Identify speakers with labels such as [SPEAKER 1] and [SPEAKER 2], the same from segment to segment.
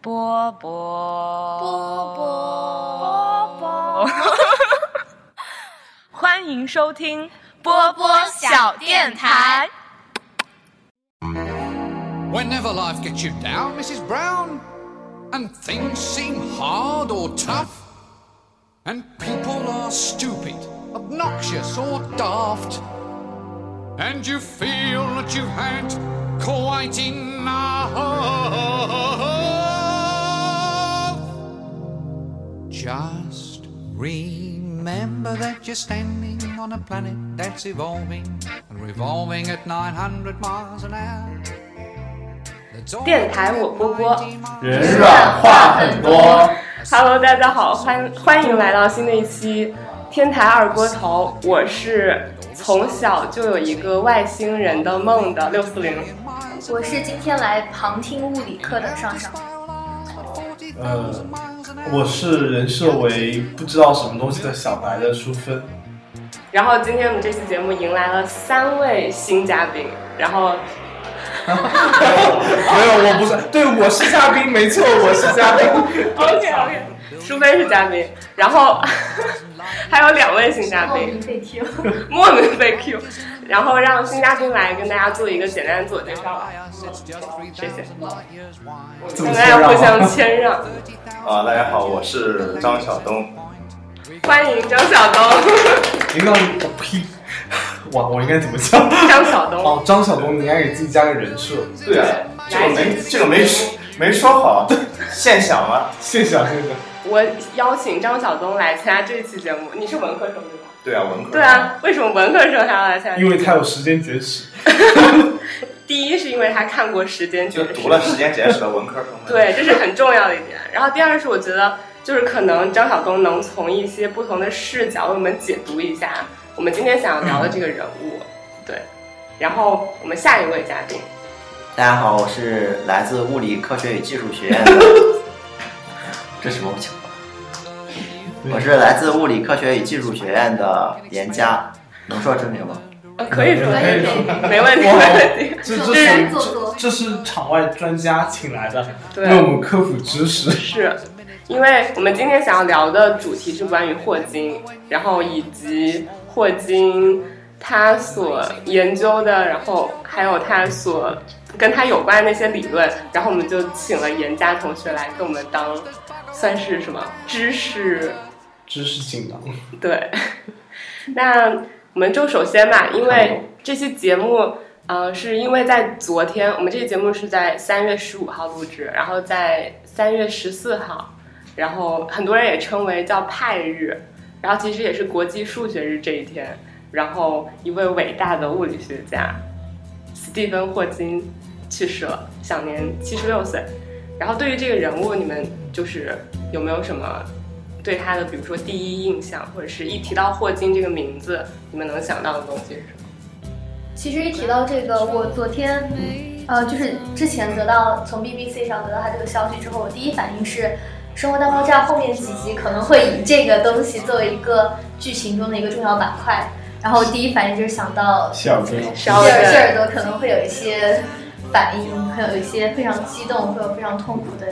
[SPEAKER 1] 波波
[SPEAKER 2] 波
[SPEAKER 1] 波波，欢迎收听波波小电台。
[SPEAKER 3] Whenever life gets you down, Mrs. Brown, and things seem hard or tough, and people are stupid, obnoxious, or daft, and you feel that you've had quite enough. Just remember that you're standing on a planet that's evolving and revolving at 900 miles an hour.
[SPEAKER 1] 电台我波波
[SPEAKER 4] 人软话很多。
[SPEAKER 5] Hello，大家好，欢欢迎来到新的一期《天台二锅头》，我是从小就有一个外星人的梦的六四零。
[SPEAKER 2] 我是今天来旁听物理课的上上，
[SPEAKER 4] 呃，我是人设为不知道什么东西的小白的淑芬。
[SPEAKER 5] 然后今天我们这期节目迎来了三位新嘉宾，然后
[SPEAKER 4] 没有，我不是，对，我是嘉宾，没错，我是嘉宾。
[SPEAKER 5] OK OK，淑菲是嘉宾，然后 还有两位新嘉
[SPEAKER 2] 莫
[SPEAKER 5] 宾
[SPEAKER 2] 名，被 Q。
[SPEAKER 5] 莫名被 Q，然后让新嘉宾来跟大家做一个简单的自我介绍吧，谢谢，
[SPEAKER 4] 怎
[SPEAKER 5] 大
[SPEAKER 4] 么
[SPEAKER 5] 家
[SPEAKER 4] 谦
[SPEAKER 5] 互
[SPEAKER 4] 让
[SPEAKER 5] 相
[SPEAKER 4] 啊？
[SPEAKER 5] 谦让，
[SPEAKER 6] 啊，大家好，我是张晓东。
[SPEAKER 5] 欢迎张晓东，
[SPEAKER 4] 您让我呸！哇，我应该怎么叫？
[SPEAKER 5] 张晓东。
[SPEAKER 4] 哦，张晓东，你应该给自己加个人设。
[SPEAKER 6] 对啊，这个没这个没说没说好， 现想吗？
[SPEAKER 4] 谢谢啊，谢谢。
[SPEAKER 5] 我邀请张晓东来参加这一期节目。你是文科生对吧？
[SPEAKER 6] 对啊，文科。
[SPEAKER 5] 对，啊，为什么文科生还要来参加？
[SPEAKER 4] 因为他有时间节食。
[SPEAKER 5] 第一是因为他看过《时间简
[SPEAKER 6] 就
[SPEAKER 5] 史》，
[SPEAKER 6] 读了时间简史的文科生们。
[SPEAKER 5] 对，这是很重要的一点。然后第二是我觉得，就是可能张晓东能从一些不同的视角为我们解读一下我们今天想要聊的这个人物。
[SPEAKER 6] 嗯
[SPEAKER 5] 对，然后我们下一位嘉宾，
[SPEAKER 7] 大家好，我是来自物理科学与技术学院的。 这什么情况？ 我是来自物理科学与技术学院的严佳，能说真名吗？
[SPEAKER 5] 呃，可以说
[SPEAKER 4] 嗯可以
[SPEAKER 2] 说
[SPEAKER 5] 没问题，没
[SPEAKER 4] 哇
[SPEAKER 5] 问题。
[SPEAKER 4] 这这
[SPEAKER 2] 做
[SPEAKER 4] 属于
[SPEAKER 2] 做做
[SPEAKER 4] 这这是场外专家请来的，
[SPEAKER 5] 对
[SPEAKER 4] 为我们科普知识。
[SPEAKER 5] 是，因为我们今天想要聊的主题是关于霍金，然后以及霍金他所研究的，然后还有他所跟他有关的那些理论，然后我们就请了严佳同学来跟我们当算是什么知识
[SPEAKER 4] 知识锦囊，
[SPEAKER 5] 对，那我们就首先吧，因为这期节目，呃，是因为在昨天，我们这期节目是在三月十五号录制，然后在三月十四号，然后很多人也称为叫派日，然后其实也是国际数学日这一天，然后一位伟大的物理学家斯蒂芬霍金去世了，享年七十六岁。然后对于这个人物，你们就是有没有什么对他的，比如说第一印象，或者是一提到霍金这个名字，你们能想到的东西是什么？
[SPEAKER 2] 其实一提到这个，我昨天，呃，就是之前得到从 BBC 上得到他这个消息之后，我第一反应是，《生活大爆炸》后面几集可能会以这个东西作为一个剧情中的一个重要板块，然后第一反应就是想到
[SPEAKER 4] 谢啊尔顿。
[SPEAKER 5] 稍微
[SPEAKER 2] 谢耳谢耳朵可能会有一些反应，会有一些非常激动，会有非常痛苦的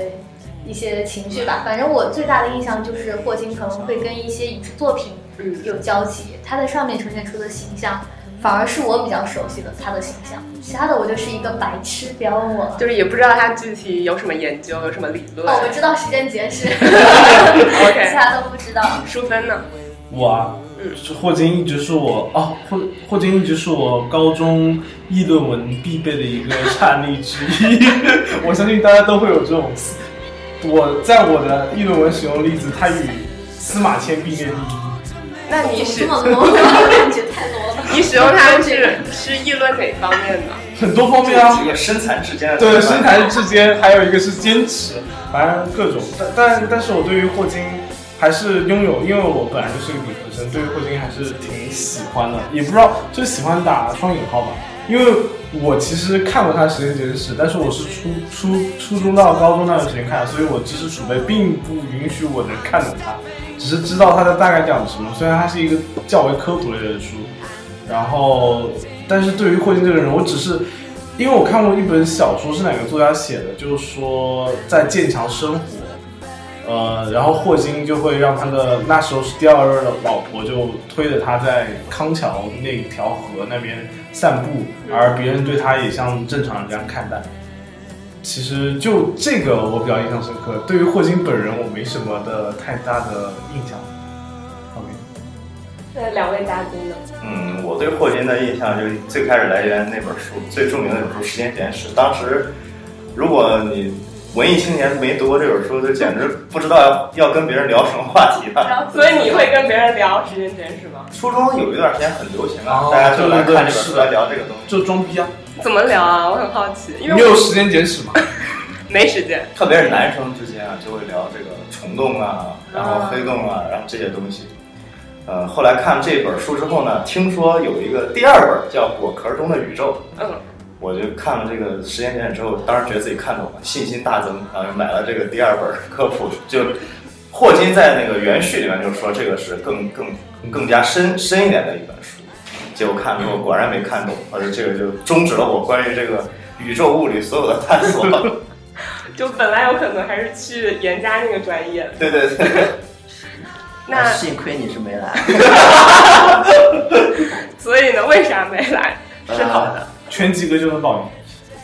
[SPEAKER 2] 一些情绪吧。反正我最大的印象就是霍金可能会跟一些影视作品
[SPEAKER 5] 嗯，
[SPEAKER 2] 有交集，他在上面呈现出的形象，反而是我比较熟悉的他的形象，其他的我就是一个白痴，不要问我了。
[SPEAKER 5] 就是也不知道他具体有什么研究，有什么理论。
[SPEAKER 2] 哦，我知道时间简史，其
[SPEAKER 5] OK，
[SPEAKER 2] 他都不知道。
[SPEAKER 5] 淑芬呢？
[SPEAKER 4] 我啊，是霍金一直是我啊，霍霍金一直是我高中议论文必备的一个案例之一。 我相信大家都会有这种思。我在我的议论文使用例子，它与司马迁并列第一。
[SPEAKER 5] 那你使
[SPEAKER 2] 这么多，感觉太多了。
[SPEAKER 5] 你使用它是是议论哪方面呢？
[SPEAKER 4] 很多方面啊，
[SPEAKER 6] 这个身材之间的
[SPEAKER 4] 对，身材之间，还有一个是坚持，反正各种。但但但是我对于霍金还是拥有，因为我本来就是个理科生，对于霍金还是挺喜欢的。也不知道，就是喜欢打双引号吧，因为我其实看过他《时间简史》，但是我是初初初中到高中那段时间看的，所以我知识储备并不允许我能看懂他，只是知道他在大概讲什么。虽然它是一个较为科普类的书，然后，但是对于霍金这个人，我只是因为我看过一本小说，是哪个作家写的，就是说在剑桥生活，呃，然后霍金就会让他的那时候是第二任的老婆就推着他在康桥那条河那边散步，而别人对他也像正常人一样看待。其实就这个我比较印象深刻，对于霍金本人我没什么的太大的印象。OK，
[SPEAKER 5] 那两位嘉宾呢？
[SPEAKER 6] 嗯，我对霍金的印象就是最开始来源那本书，最著名的那本书《时间简史》。当时，如果你文艺青年没读过这本书，就简直不知道要跟别人聊什么话题了。
[SPEAKER 5] 所以你会跟别人聊时间简史吗？
[SPEAKER 6] 初中有一段时间很流行啊
[SPEAKER 4] 哦，
[SPEAKER 6] 大家就来看这本
[SPEAKER 4] 对对
[SPEAKER 6] 书
[SPEAKER 4] 对
[SPEAKER 6] 来聊这个东西，
[SPEAKER 4] 就装逼啊！
[SPEAKER 5] 怎么聊啊？我很好奇，因
[SPEAKER 4] 你
[SPEAKER 5] 为
[SPEAKER 4] 有
[SPEAKER 5] 我
[SPEAKER 4] 时间简史吗？
[SPEAKER 5] 没时间。
[SPEAKER 6] 特别是男生之间啊，就会聊这个虫洞啊，然后黑洞啊，然后这些东西。呃，后来看这本书之后呢，听说有一个第二本叫《果壳中的宇宙》，
[SPEAKER 5] 嗯，
[SPEAKER 6] 我就看了这个时间简史之后，当时觉得自己看懂了，信心大增，啊然后就买了这个第二本科普。就霍金在那个原序里面就说这个是更更更加深深一点的一本书，结果看之后果然没看懂，而且这个就终止了我关于这个宇宙物理所有的探索。
[SPEAKER 5] 就本来有可能还是去严加那个专业的。
[SPEAKER 6] 对对对，
[SPEAKER 5] 那
[SPEAKER 2] 啊
[SPEAKER 7] 幸亏你是没来，
[SPEAKER 5] 所以呢，为啥没来？是好的。
[SPEAKER 2] 啊
[SPEAKER 4] 全及格就能保研。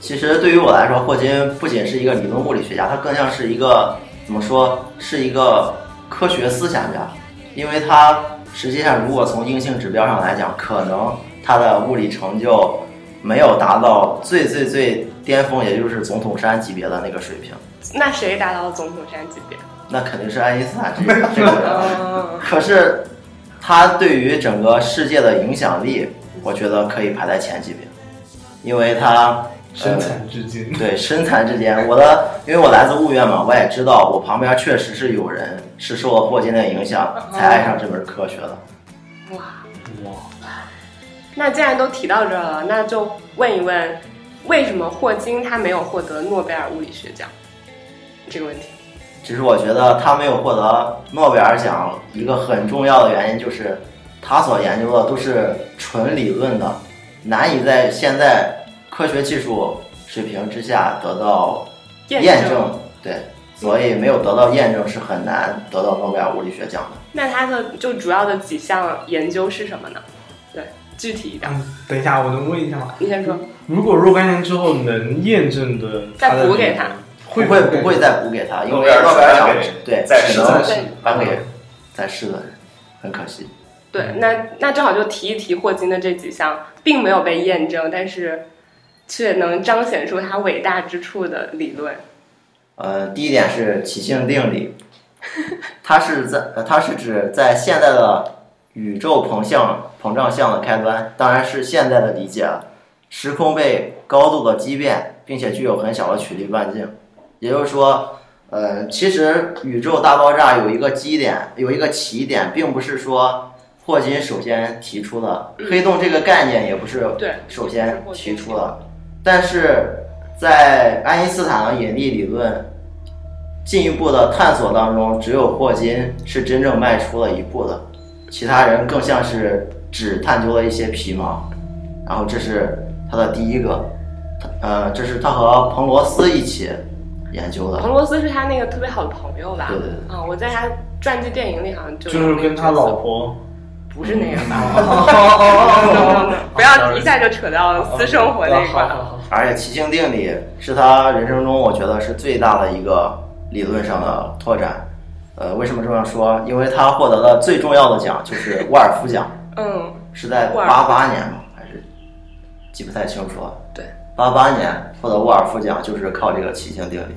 [SPEAKER 7] 其实对于我来说，霍金不仅是一个理论物理学家，他更像是一个怎么说，是一个科学思想家。因为他实际上，如果从硬性指标上来讲，可能他的物理成就没有达到最最最巅峰，也就是总统山级别的那个水平。
[SPEAKER 5] 那谁达到了总统山级别？
[SPEAKER 7] 那肯定是爱因斯坦这个这个人。
[SPEAKER 5] 嗯，
[SPEAKER 7] 可是他对于整个世界的影响力，我觉得可以排在前几名，因为他呃
[SPEAKER 4] 身残志坚。
[SPEAKER 7] 对身残志坚，我的因为我来自物院嘛，我也知道我旁边确实是有人是受了霍金的影响才爱上这门科学的。
[SPEAKER 5] 哇。
[SPEAKER 4] 哇，
[SPEAKER 5] 那既然都提到这儿了，那就问一问，为什么霍金他没有获得诺贝尔物理学奖？这个问题。
[SPEAKER 7] 只是我觉得他没有获得诺贝尔奖，一个很重要的原因就是他所研究的都是纯理论的，难以在现在科学技术水平之下得到
[SPEAKER 5] 验
[SPEAKER 7] 验证。对，所以没有得到验证是很难得到诺贝尔物理学奖的。
[SPEAKER 5] 那他的就主要的几项研究是什么呢？对，具体一点。
[SPEAKER 4] 嗯，等一下，我能问一下吗？
[SPEAKER 5] 你先说。
[SPEAKER 4] 如果若干年之后能验证的，
[SPEAKER 5] 再
[SPEAKER 4] 它的
[SPEAKER 5] 补给他
[SPEAKER 7] 不
[SPEAKER 4] 会
[SPEAKER 7] 会
[SPEAKER 4] 给
[SPEAKER 7] 不会？再补给他，因为
[SPEAKER 6] 诺
[SPEAKER 7] 诺
[SPEAKER 6] 贝尔
[SPEAKER 7] 贝尔奖
[SPEAKER 6] 只
[SPEAKER 7] 对
[SPEAKER 6] 在
[SPEAKER 7] 只
[SPEAKER 6] 世
[SPEAKER 7] 能
[SPEAKER 6] 的
[SPEAKER 5] 人
[SPEAKER 7] 颁给在世的人，很可惜。
[SPEAKER 5] 对，那那正好就提一提霍金的这几项，并没有被验证，但是却能彰显出他伟大之处的理论。
[SPEAKER 7] 呃，第一点是起性定理，它是在呃它是指在现在的宇宙膨向膨胀向的开端，当然是现在的理解了。时空被高度的畸变，并且具有很小的曲率半径，也就是说，呃，其实宇宙大爆炸有一个基点，有一个起点，并不是说霍金首先提出的，黑洞这个概念也不是
[SPEAKER 5] 对
[SPEAKER 7] 首先提出了，但是在爱因斯坦的引力理论进一步的探索当中，只有霍金是真正迈出了一步的，其他人更像是只探究了一些皮毛。然后这是他的第一个，他呃，这是他和彭罗斯一起研究的
[SPEAKER 5] 彭。罗斯是他那个特别好的朋友吧？
[SPEAKER 7] 对对对
[SPEAKER 5] 啊、我在他传记电影里好像就
[SPEAKER 4] 就
[SPEAKER 5] 有
[SPEAKER 4] 是
[SPEAKER 5] 那个
[SPEAKER 4] 跟他
[SPEAKER 5] 角色
[SPEAKER 4] 老嗯婆，
[SPEAKER 5] 不是那个吧？哦不要一下就扯到私生活那一块了。
[SPEAKER 7] 而且奇性定理是他人生中我觉得是最大的一个理论上的拓展。呃，为什么这么说？因为他获得的最重要的奖就是沃尔 夫奖，
[SPEAKER 5] 嗯，
[SPEAKER 7] 是在
[SPEAKER 5] 沃尔
[SPEAKER 7] 八八年吗？还是记不太清楚了。
[SPEAKER 5] 对，
[SPEAKER 7] 八八年获得沃尔夫奖就是靠这个奇性定理。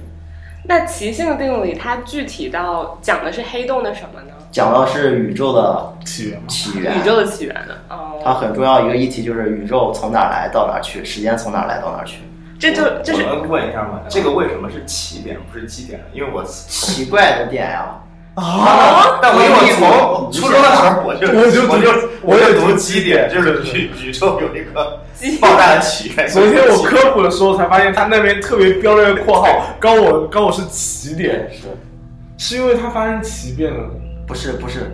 [SPEAKER 5] 那奇性定理它具体到讲的是黑洞的什么呢？
[SPEAKER 7] 讲到是宇宙的
[SPEAKER 4] 起源嘛，
[SPEAKER 7] 起源，
[SPEAKER 5] 宇宙的起源哦，
[SPEAKER 7] 它很重要一个议题就是宇宙从哪儿来到哪儿去，时间从哪儿来到哪儿去。
[SPEAKER 5] 这就这是
[SPEAKER 6] 我能问一下吗？这个为什么是起点不是基点？因为我
[SPEAKER 7] 奇怪的点呀、
[SPEAKER 6] 啊，但我因为我从初中的时候我就
[SPEAKER 4] 我就
[SPEAKER 6] 我就
[SPEAKER 4] 我
[SPEAKER 6] 我
[SPEAKER 4] 也
[SPEAKER 6] 就读基点，就是宇宇宙有一个
[SPEAKER 5] 基
[SPEAKER 6] 爆炸的起源。
[SPEAKER 4] 昨天我科普的时候才发现，他那边特别标了个括号，高我高我是奇点，
[SPEAKER 7] 是
[SPEAKER 4] 是因为他发生奇变了。
[SPEAKER 7] 不 是不是，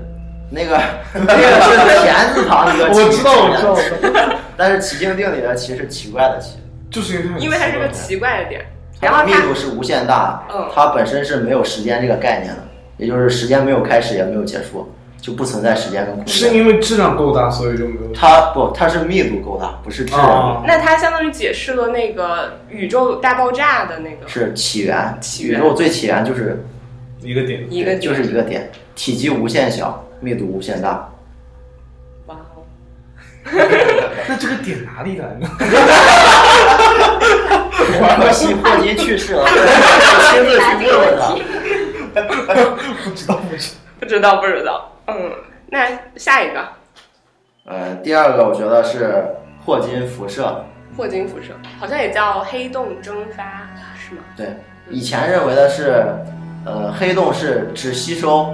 [SPEAKER 7] 那个那个是田字旁一个奇
[SPEAKER 4] 我知道，我知道，我知道。
[SPEAKER 7] 但是奇境定理的奇是奇怪的奇，
[SPEAKER 4] 就是因为它
[SPEAKER 5] 因为它
[SPEAKER 4] 很
[SPEAKER 5] 是个
[SPEAKER 4] 奇
[SPEAKER 5] 奇怪的点儿。然后
[SPEAKER 7] 它的密
[SPEAKER 5] 它
[SPEAKER 7] 度是无限大
[SPEAKER 5] 嗯，
[SPEAKER 7] 它本身是没有时间这个概念的，也就是时间没有开始也没有结束，就不存在时间跟空
[SPEAKER 4] 怪，是
[SPEAKER 7] 间。
[SPEAKER 4] 因为质量够大，所以就没有。
[SPEAKER 7] 它不，它是密度够大，不是质量，
[SPEAKER 4] 啊，
[SPEAKER 5] 那它相当于解释了那个宇宙大爆炸的那个
[SPEAKER 7] 是起源。
[SPEAKER 5] 起
[SPEAKER 7] 宇
[SPEAKER 5] 源
[SPEAKER 7] 宙最起源就是
[SPEAKER 4] 一个点，
[SPEAKER 5] 一个点
[SPEAKER 7] 就是一个点，体积无限小，密度无限大。
[SPEAKER 5] 哇哦，
[SPEAKER 4] 那这个点哪里来呢？
[SPEAKER 7] 可惜霍金去世了，我亲自去问问他。
[SPEAKER 5] 不知道不知道，嗯，那下一个
[SPEAKER 7] 呃，第二个我觉得是霍金辐射，
[SPEAKER 5] 霍金辐射好像也叫黑洞蒸发是吗？
[SPEAKER 7] 对，以前认为的是，呃，黑洞是只吸收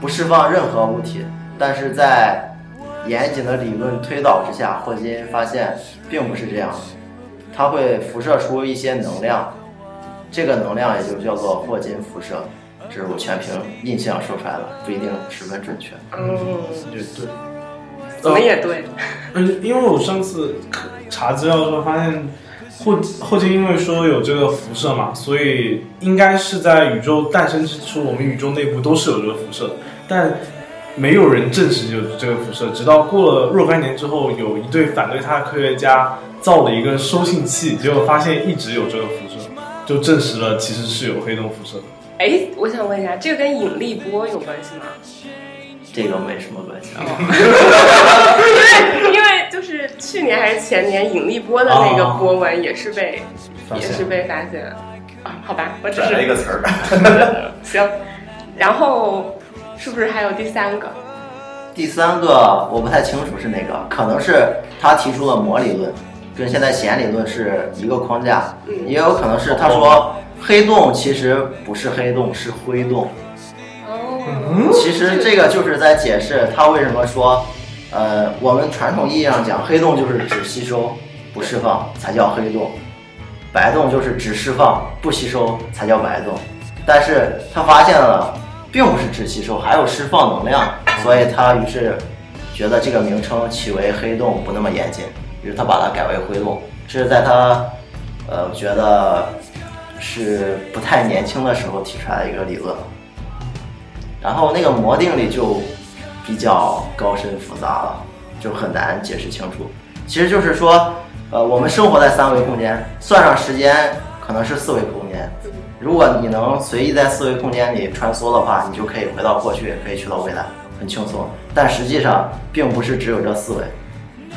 [SPEAKER 7] 不释放任何物体，但是在严谨的理论推导之下，霍金发现并不是这样，它会辐射出一些能量，这个能量也就叫做霍金辐射，这是我全凭印象说出来的，不一定十分准确。
[SPEAKER 5] 嗯，
[SPEAKER 4] 也对。
[SPEAKER 5] 怎么也对，
[SPEAKER 4] 嗯，因为我上次查资料的时候发现，霍霍金因为说有这个辐射嘛，所以应该是在宇宙诞生之初，我们宇宙内部都是有这个辐射的，但没有人证实有这个辐射。直到过了若干年之后，有一对反对他的科学家造了一个收信器，结果发现一直有这个辐射，就证实了其实是有黑洞辐射的。
[SPEAKER 5] 哎，我想问一下，这个跟引力波有关系吗？
[SPEAKER 7] 这个没什么啊关系。
[SPEAKER 5] 因为就是去年还是前年引力波的那个波纹也是被、
[SPEAKER 4] 发
[SPEAKER 5] 也
[SPEAKER 4] 现
[SPEAKER 5] 是被发现啊，好吧，我只
[SPEAKER 6] 转了一
[SPEAKER 5] 是
[SPEAKER 6] 个词 儿。
[SPEAKER 5] 行，然后是不是还有第三个？
[SPEAKER 7] 第三个我不太清楚是哪个，可能是他提出了模理论，跟现在弦理论是一个框架，
[SPEAKER 5] 嗯
[SPEAKER 7] 也有可能是他说黑洞其实不是黑洞，是灰洞。
[SPEAKER 5] 哦，
[SPEAKER 7] 其实嗯这个就是在解释他为什么说，呃，我们传统意义上讲黑洞就是只吸收不释放才叫黑洞，白洞就是只释放不吸收才叫白洞。但是他发现了，并不是只吸收，还有释放能量，所以他于是觉得这个名称起为黑洞不那么严谨，于是他把它改为灰洞。这是在他，呃，我觉得是不太年轻的时候提出来的一个理论。然后那个魔定理就比较高深复杂了，就很难解释清楚。其实就是说，呃，我们生活在三维空间，算上时间可能是四维空间。如果你能随意在四维空间里穿梭的话，你就可以回到过去，也可以去到未来，很轻松。但实际上并不是只有这四维，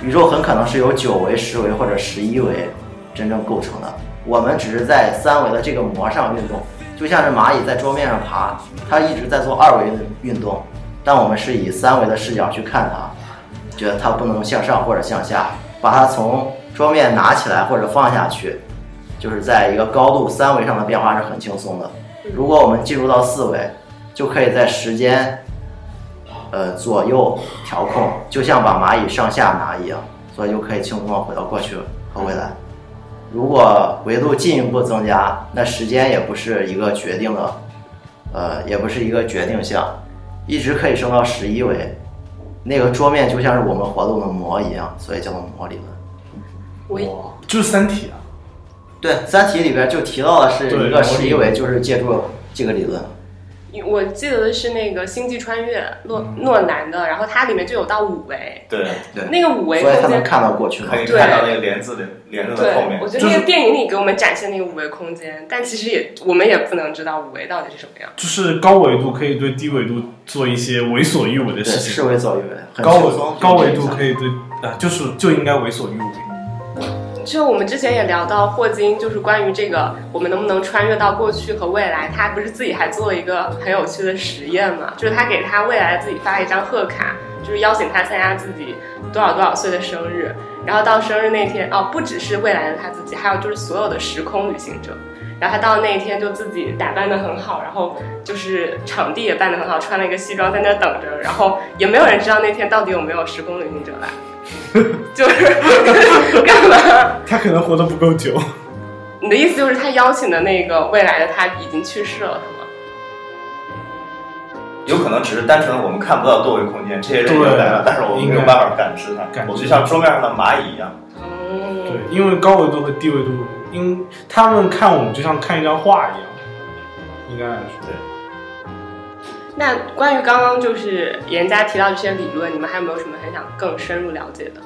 [SPEAKER 7] 宇宙很可能是由九维、十维或者十一维真正构成的。我们只是在三维的这个膜上运动，就像是蚂蚁在桌面上爬，它一直在做二维的运动，但我们是以三维的视角去看它，觉得它不能向上或者向下，把它从桌面拿起来或者放下去，就是在一个高度三维上的变化是很轻松的。如果我们进入到四维，就可以在时间呃左右调控，就像把蚂蚁上下拿一样，所以就可以轻松的回到过去和未来。如果维度进一步增加，那时间也不是一个决定的，呃，也不是一个决定项，一直可以升到十一维。那个桌面就像是我们活动的膜一样，所以叫做膜理论。
[SPEAKER 5] 我
[SPEAKER 4] 就是《三体》啊，
[SPEAKER 7] 对，《三体》里边就提到的是
[SPEAKER 4] 对
[SPEAKER 7] 一
[SPEAKER 4] 模
[SPEAKER 7] 个
[SPEAKER 4] 拟
[SPEAKER 7] 十一维，就是借助这个理论。
[SPEAKER 5] 我记得的是那个《星际穿越》诺诺兰的，然后它里面就有到五维，
[SPEAKER 6] 对，
[SPEAKER 7] 对，
[SPEAKER 5] 那个五维
[SPEAKER 7] 所以他
[SPEAKER 5] 空
[SPEAKER 7] 能
[SPEAKER 5] 间，
[SPEAKER 7] 看到过去嘛
[SPEAKER 6] 可以看到那个帘子的帘子的后
[SPEAKER 5] 对
[SPEAKER 6] 面，
[SPEAKER 5] 我。觉得那个电影里给我们展现那个五维空间，但其实也我们也不能知道五维到底是什么样。
[SPEAKER 4] 就是高维度可以对低维度做一些为所欲为的
[SPEAKER 7] 对，
[SPEAKER 4] 事情。
[SPEAKER 7] 是为所欲为，很
[SPEAKER 4] 高
[SPEAKER 7] 轻
[SPEAKER 4] 维
[SPEAKER 7] 松
[SPEAKER 4] 高维度
[SPEAKER 7] 就
[SPEAKER 4] 可
[SPEAKER 7] 是
[SPEAKER 4] 以对啊，就是就应该为所欲为。
[SPEAKER 5] 就我们之前也聊到霍金，就是关于这个我们能不能穿越到过去和未来，他不是自己还做了一个很有趣的实验嘛？就是他给他未来自己发了一张贺卡，就是邀请他参加自己多少多少岁的生日，然后到生日那天哦，不只是未来的他自己，还有就是所有的时空旅行者。然后他到那一天就自己打扮的很好，然后就是场地也办的很好，穿了一个西装在那等着，然后也没有人知道那天到底有没有时空旅行者来，就是 干嘛？
[SPEAKER 4] 他可能活得不够久，
[SPEAKER 5] 你的意思就是他邀请的那个未来的他已经去世了，是吗？
[SPEAKER 6] 有可能只是单纯我们看不到多维空间，这些人
[SPEAKER 4] 对
[SPEAKER 6] 留在了，但是我们没
[SPEAKER 4] 应
[SPEAKER 6] 有
[SPEAKER 4] 该
[SPEAKER 6] 办法感知它
[SPEAKER 4] 感。知
[SPEAKER 6] 我就像桌面上的蚂蚁一样，
[SPEAKER 5] 嗯，
[SPEAKER 4] 对，因为高维度和低维度，因他们看我们就像看一张画一样，应该来说，
[SPEAKER 5] 那关于刚刚就是严家提到这些理论，你们还有没有什么很想更深入了解的？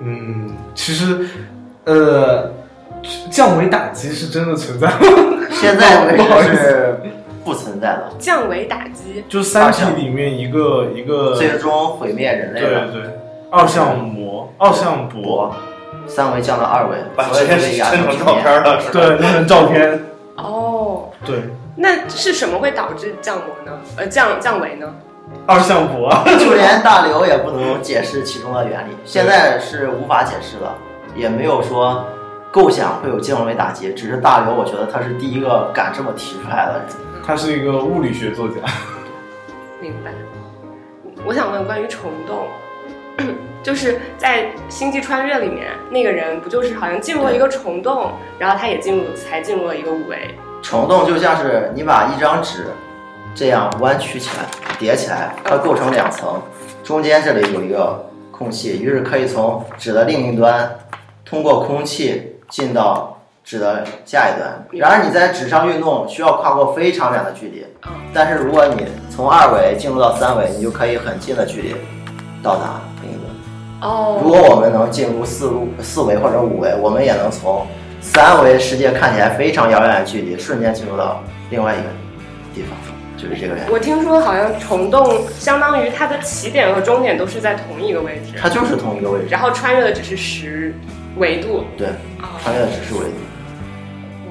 [SPEAKER 4] 嗯，其实，呃，降维打击是真的存 在，
[SPEAKER 7] 现在为止是不存在的，
[SPEAKER 5] 降维打击，
[SPEAKER 4] 就《三体》里面一个一
[SPEAKER 6] 嗯
[SPEAKER 4] 个，
[SPEAKER 7] 最终毁灭人类
[SPEAKER 4] 对
[SPEAKER 7] 的
[SPEAKER 4] 对，二向魔、二向箔，
[SPEAKER 7] 博，三维降到二维，
[SPEAKER 6] 把
[SPEAKER 7] 所
[SPEAKER 6] 这
[SPEAKER 7] 有
[SPEAKER 6] 些生
[SPEAKER 7] 都被压成
[SPEAKER 6] 成
[SPEAKER 7] 平
[SPEAKER 6] 照
[SPEAKER 7] 面
[SPEAKER 6] 片了，是吧？
[SPEAKER 4] 对，那张照片，
[SPEAKER 5] 哦，
[SPEAKER 4] 对，
[SPEAKER 5] 那是什么会导致降魔呢？呃，降降维呢？
[SPEAKER 4] 二向箔啊，
[SPEAKER 7] 就连大刘也不能解释其中的原理，现在是无法解释了，也没有说构想会有降维打击，只是大刘，我觉得他是第一个敢这么提出来的人。
[SPEAKER 4] 他是一个物理学作家，
[SPEAKER 5] 明白。我想问关于虫洞， 就是在《星际穿越》里面，那个人不就是好像进入了一个虫洞，然后他也进入才进入了一个五维。
[SPEAKER 7] 虫洞就像是你把一张纸这样弯曲起来、叠起来，它构成两层，中间这里有一个空隙，于是可以从纸的另一端通过空气进到纸的下一端。然而你在纸上运动需要跨过非常远的距离
[SPEAKER 5] 嗯，
[SPEAKER 7] 但是如果你从二维进入到三维，你就可以很近的距离到达另一端。如
[SPEAKER 5] 哦，
[SPEAKER 7] 果我们能进入四路四维或者五维，我们也能从三维世界看起来非常遥远的距离，瞬间进入到另外一个地方，就是这个原因。
[SPEAKER 5] 我听说好像虫洞相当于它的起点和终点都是在同一个位置，
[SPEAKER 7] 它就是同一个位置，
[SPEAKER 5] 然后穿越的只是十维度。
[SPEAKER 7] 对，穿越的只是维度。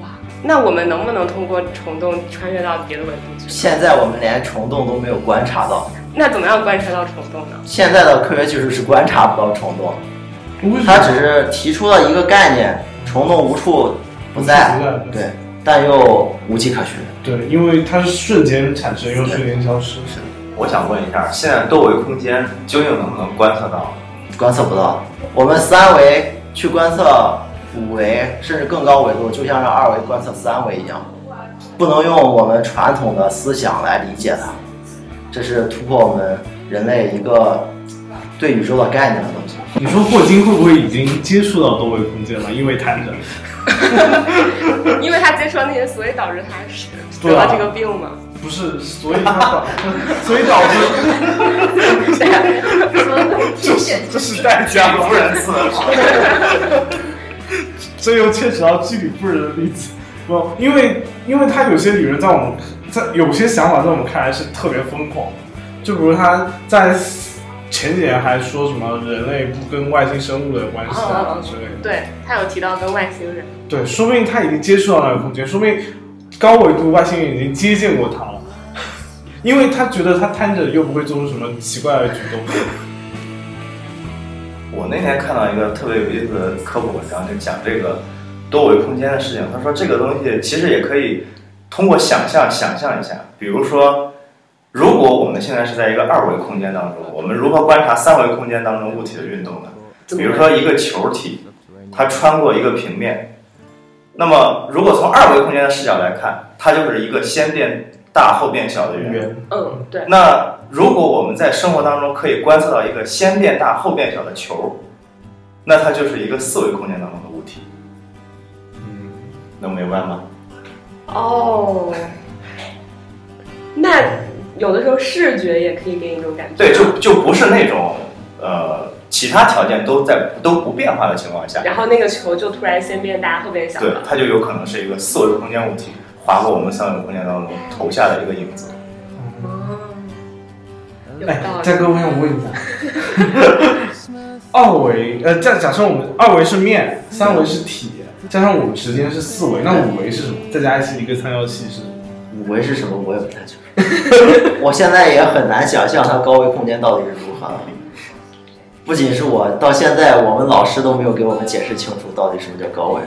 [SPEAKER 5] 哇，那我们能不能通过虫洞穿越到别的维度去？
[SPEAKER 7] 现在我们连虫洞都没有观察到，
[SPEAKER 5] 那怎么样观察到虫洞呢？
[SPEAKER 7] 现在的科学技术是观察不到虫洞，
[SPEAKER 4] 嗯
[SPEAKER 7] 它只是提出了一个概念，虫洞无处不在
[SPEAKER 4] 无处不在，
[SPEAKER 7] 对，但又无迹可寻。
[SPEAKER 4] 对，因为它是瞬间产生又瞬间消失，
[SPEAKER 6] 我想问一下，现在多维空间究竟能不能观测到？
[SPEAKER 7] 观测不到。我们三维去观测五维，甚至更高维度，就像让二维观测三维一样，不能用我们传统的思想来理解它。这是突破我们人类一个对宇宙的概念的东西。
[SPEAKER 4] 你说霍金会不会已经接触到多维空间了？因为谈着，
[SPEAKER 5] 因为他接触了那些，所以导致他是得
[SPEAKER 4] 对啊
[SPEAKER 5] 了这个病嘛。
[SPEAKER 4] 不是，所以他导，所以导致
[SPEAKER 2] 天选
[SPEAKER 4] 这是代价
[SPEAKER 6] 不仁慈，
[SPEAKER 4] 这又牵扯到居里夫人的例子。不，因为因为他有些理论在我们在有些想法在我们看来是特别疯狂的，就比如他在前几年还说什么人类不跟外星生物的关系啊之类的。
[SPEAKER 5] 对他有提到跟外星人，
[SPEAKER 4] 对，说不定他已经接触到那个空间，说不定高维度外星人已经接近过他了， 因为他觉得他瘫着又不会做出什么奇怪的举动。
[SPEAKER 6] 我那天看到一个特别有意思的科普文章，就讲这个多维空间的事情。他说这个东西其实也可以通过想象想象一下，比如说，如果我们现在是在一个二维空间当中，我们如何观察三维空间当中物体的运动呢？比如说一个球体，它穿过一个平面，那么如果从二维空间的视角来看，它就是一个先变大后变小的圆。
[SPEAKER 5] 嗯，对，
[SPEAKER 6] 那如果我们在生活当中可以观测到一个先变大后变小的球，那它就是一个四维空间当中的物体，能明白吗？
[SPEAKER 5] 哦，那有的时候视觉也可以给你一种感觉，
[SPEAKER 6] 对，就就不是那种呃其他条件都在都不变化的情况下，
[SPEAKER 5] 然后那个球就突然先变大，后变小
[SPEAKER 6] 对
[SPEAKER 5] 了，，
[SPEAKER 6] 它就有可能是一个四维空间物体划过我们三维空间当中投下的一个影子。
[SPEAKER 5] 哦，有
[SPEAKER 4] 哎
[SPEAKER 5] 道，
[SPEAKER 4] 嘉
[SPEAKER 5] 理，
[SPEAKER 4] 哥，我想问一下，二维呃，假假设我们二维是面，三维是体，加上我们时间是四维，那五维是什么？再加一起一个参照系是什么？
[SPEAKER 7] 五维是什么？我也不太清楚。我现在也很难想象它高维空间到底是如何的。不仅是我，到现在我们老师都没有给我们解释清楚到底什么叫高维，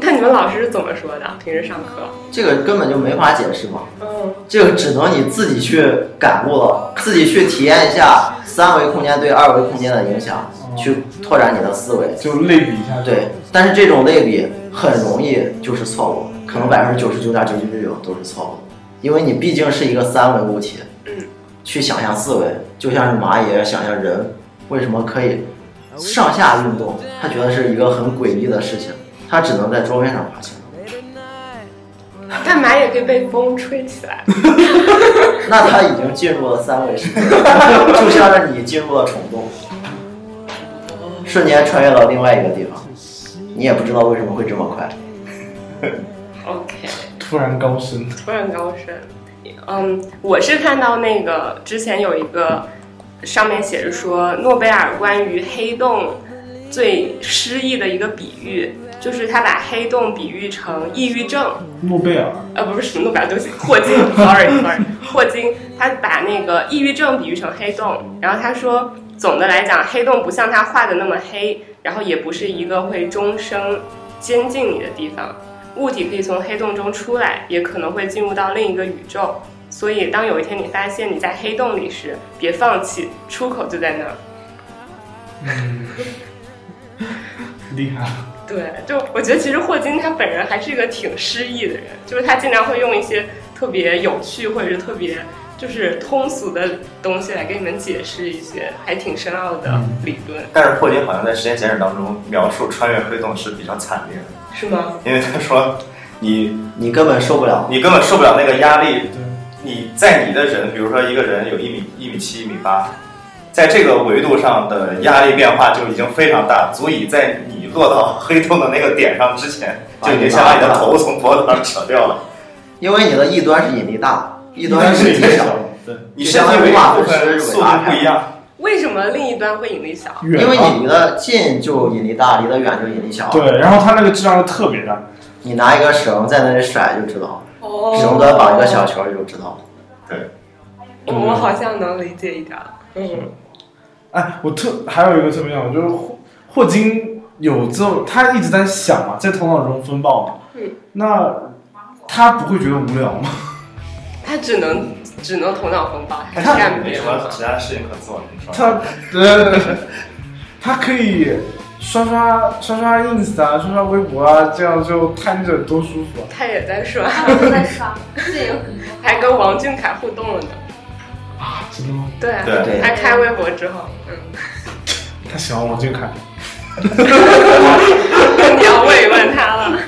[SPEAKER 5] 那你们老师是怎么说的？平时上课，
[SPEAKER 7] 这个根本就没法解释嘛。
[SPEAKER 5] 嗯，
[SPEAKER 7] 这个只能你自己去感悟了，自己去体验一下三维空间对二维空间的影响，去拓展你的思维。
[SPEAKER 4] 就类比一下，
[SPEAKER 7] 对，，但是这种类比很容易就是错误，可能百分之九十九点九九九九都是错误的，因为你毕竟是一个三维物体，去想象四维，就像是蚂蚁想象人为什么可以上下运动，他觉得是一个很诡异的事情，他只能在桌面上爬行。
[SPEAKER 5] 干嘛也可以被风吹起来。
[SPEAKER 7] 那他已经进入了三维世界，就像是你进入了虫洞，瞬间穿越到另外一个地方，你也不知道为什么会这么快。
[SPEAKER 5] OK，
[SPEAKER 4] 突然高升，
[SPEAKER 5] 突然高升。嗯，我是看到那个之前有一个上面写着说诺贝尔关于黑洞最诗意的一个比喻，就是他把黑洞比喻成抑郁症。
[SPEAKER 4] 诺贝尔
[SPEAKER 5] 呃，不是什么诺贝尔，对不起，霍金，sorry sorry，霍金，他把那个抑郁症比喻成黑洞，然后他说，总的来讲，黑洞不像他画的那么黑，然后也不是一个会终生监禁你的地方。物体可以从黑洞中出来，也可能会进入到另一个宇宙。所以，当有一天你发现你在黑洞里时，别放弃，出口就在那儿。
[SPEAKER 4] 嗯 厉害，
[SPEAKER 5] 对，就我觉得其实霍金他本人还是一个挺诗意的人，就是他经常会用一些特别有趣或者是特别就是通俗的东西来给你们解释一些还挺深奥的理论，
[SPEAKER 6] 但是霍金好像在时间简史当中描述穿越黑洞是比较惨烈的，
[SPEAKER 5] 是吗？
[SPEAKER 6] 因为他说你
[SPEAKER 7] 你根本受不了，
[SPEAKER 6] 你根本受不了那个压力，
[SPEAKER 4] 对，
[SPEAKER 6] 你在你的人，比如说一个人有一米一米七、一米八，在这个维度上的压力变化就已经非常大，足以在你落到黑洞的那个点上之前，就已经先把你的头从脖子上扯掉了，
[SPEAKER 7] 因为你的异端是引力大，异端是
[SPEAKER 4] 一
[SPEAKER 7] 引力小，，
[SPEAKER 4] 对，
[SPEAKER 6] 你身体每一部分速度不一样。
[SPEAKER 5] 为什么另一端会引力小？
[SPEAKER 4] 远
[SPEAKER 7] 因为
[SPEAKER 4] 啊
[SPEAKER 7] 你离得近就引力大，离得远就引力小。
[SPEAKER 4] 对，然后它那个质量又特别大，
[SPEAKER 7] 你拿一个绳在那里甩就知道，
[SPEAKER 5] 哦
[SPEAKER 7] 绳子绑一个小球就知道。
[SPEAKER 5] 我我好像能理解一点了。嗯，
[SPEAKER 4] 哎，我特还有一个特别想，就是霍霍金有这种，他一直在想嘛，在头脑中风暴嘛，
[SPEAKER 5] 嗯，
[SPEAKER 4] 那他不会觉得无聊吗？
[SPEAKER 5] 他只能只能头脑风暴，还是干
[SPEAKER 6] 没
[SPEAKER 5] 别的
[SPEAKER 6] 什么
[SPEAKER 5] 吗？
[SPEAKER 6] 其他事情可做，你说？
[SPEAKER 4] 他 呃，他可以刷刷刷刷 ins 啊，刷刷微博啊，这样就瘫着多舒服啊！
[SPEAKER 5] 他也在说，
[SPEAKER 2] 他们都在刷，自己
[SPEAKER 5] 还跟王俊凯互动了呢。
[SPEAKER 4] 真的吗？
[SPEAKER 5] 对啊，
[SPEAKER 6] 对
[SPEAKER 7] 对
[SPEAKER 5] 他开微博之后，嗯，
[SPEAKER 4] 他喜欢王俊凯，
[SPEAKER 5] 你要慰问他了。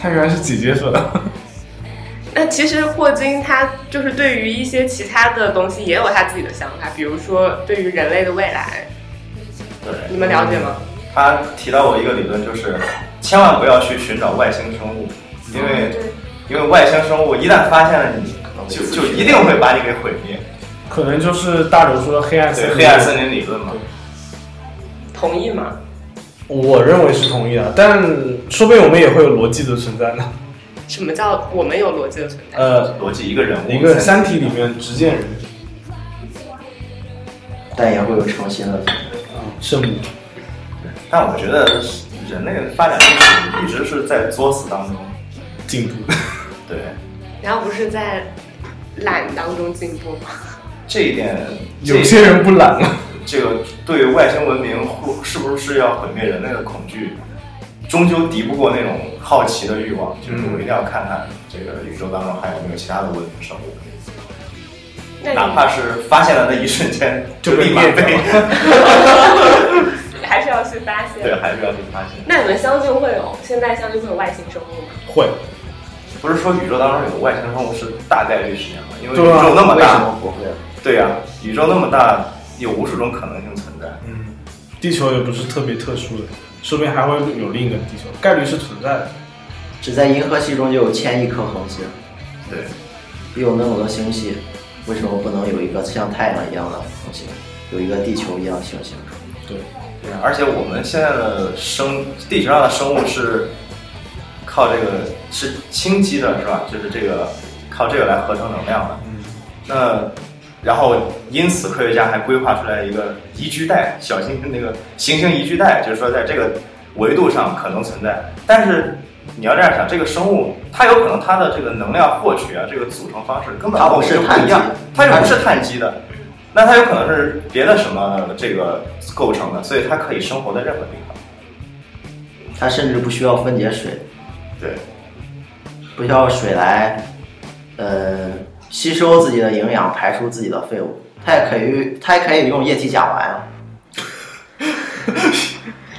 [SPEAKER 4] 他原来是姐姐粉，
[SPEAKER 5] 那其实霍金他就是对于一些其他的东西也有他自己的想法，比如说对于人类的未来，
[SPEAKER 6] 对，
[SPEAKER 5] 你们了解吗？
[SPEAKER 6] 他提到过一个理论，就是千万不要去寻找外星生物，因为因为外星生物一旦发现了你，就就一定会把你给毁灭。
[SPEAKER 4] 可能就是大刘说的黑暗森
[SPEAKER 6] 对，
[SPEAKER 4] 林。
[SPEAKER 6] 黑暗森林理论嘛。
[SPEAKER 5] 同意吗？
[SPEAKER 4] 我认为是同意的，但说不定我们也会有逻辑的存在呢。
[SPEAKER 5] 什么叫我们有逻辑的存在？
[SPEAKER 4] 呃，
[SPEAKER 6] 逻辑一个人物，
[SPEAKER 4] 一个《三体》里面执剑人
[SPEAKER 7] 但也会有诚心的存在。
[SPEAKER 4] 啊圣母，
[SPEAKER 6] 但我觉得人类的发展历史一直是在作死当中。
[SPEAKER 4] 进 步。
[SPEAKER 6] 对，
[SPEAKER 5] 然后不是在懒当中进步吗？
[SPEAKER 6] 这一点，这
[SPEAKER 4] 有些人不懒了，
[SPEAKER 6] 这个对外星文明会是不是要毁灭人类的恐惧，终究敌不过那种好奇的欲望，就是我一定要看看这个宇宙当中还有没有其他的文明生物。
[SPEAKER 5] 那
[SPEAKER 6] 哪
[SPEAKER 5] 你
[SPEAKER 6] 怕是发现了那一瞬间，就立马
[SPEAKER 4] 就被
[SPEAKER 6] 被
[SPEAKER 4] 灭
[SPEAKER 5] 还是要去发
[SPEAKER 6] 对，
[SPEAKER 5] 现。
[SPEAKER 6] 还是要去发现。
[SPEAKER 5] 那你们相信会有现在相信会有外星生物吗？
[SPEAKER 4] 会
[SPEAKER 6] 不是说宇宙当中有外星生物是大概率事件吗？因为宇
[SPEAKER 4] 对啊
[SPEAKER 6] 宙那么
[SPEAKER 7] 为什
[SPEAKER 6] 大，
[SPEAKER 7] 么不会？
[SPEAKER 6] 对呀、宇宙那么大，有无数种可能性存在。
[SPEAKER 4] 嗯地球也不是特别特殊的，说不定还会有另一个地球，概率是存在的。
[SPEAKER 7] 只在银河系中就有千亿颗恒星，
[SPEAKER 6] 对，
[SPEAKER 7] 也有那么多星系，为什么不能有一个像太阳一样的恒星，有一个地球一样的行星？
[SPEAKER 4] 对，
[SPEAKER 6] 对啊而且我们现在的生地球上的生物是靠这个是氢基的，是吧？就是这个靠这个来合成能量的。
[SPEAKER 4] 嗯，
[SPEAKER 6] 那然后因此科学家还规划出来一个宜居带，小行星那个行星宜居带，就是说在这个维度上可能存在。但是你要这样想，这个生物它有可能它的这个能量获取啊，这个组成方式根本
[SPEAKER 7] 它
[SPEAKER 6] 跟我
[SPEAKER 7] 不
[SPEAKER 6] 们
[SPEAKER 7] 是
[SPEAKER 6] 就不一样，它就
[SPEAKER 7] 碳基
[SPEAKER 6] 不是碳基的。那它有可能是别的什么这个构成的，所以它可以生活在任何地方。
[SPEAKER 7] 它甚至不需要分解水，
[SPEAKER 6] 对，
[SPEAKER 7] 不需要水来，呃，吸收自己的营养，排出自己的废物。它也可以，它也可以用液体甲烷啊。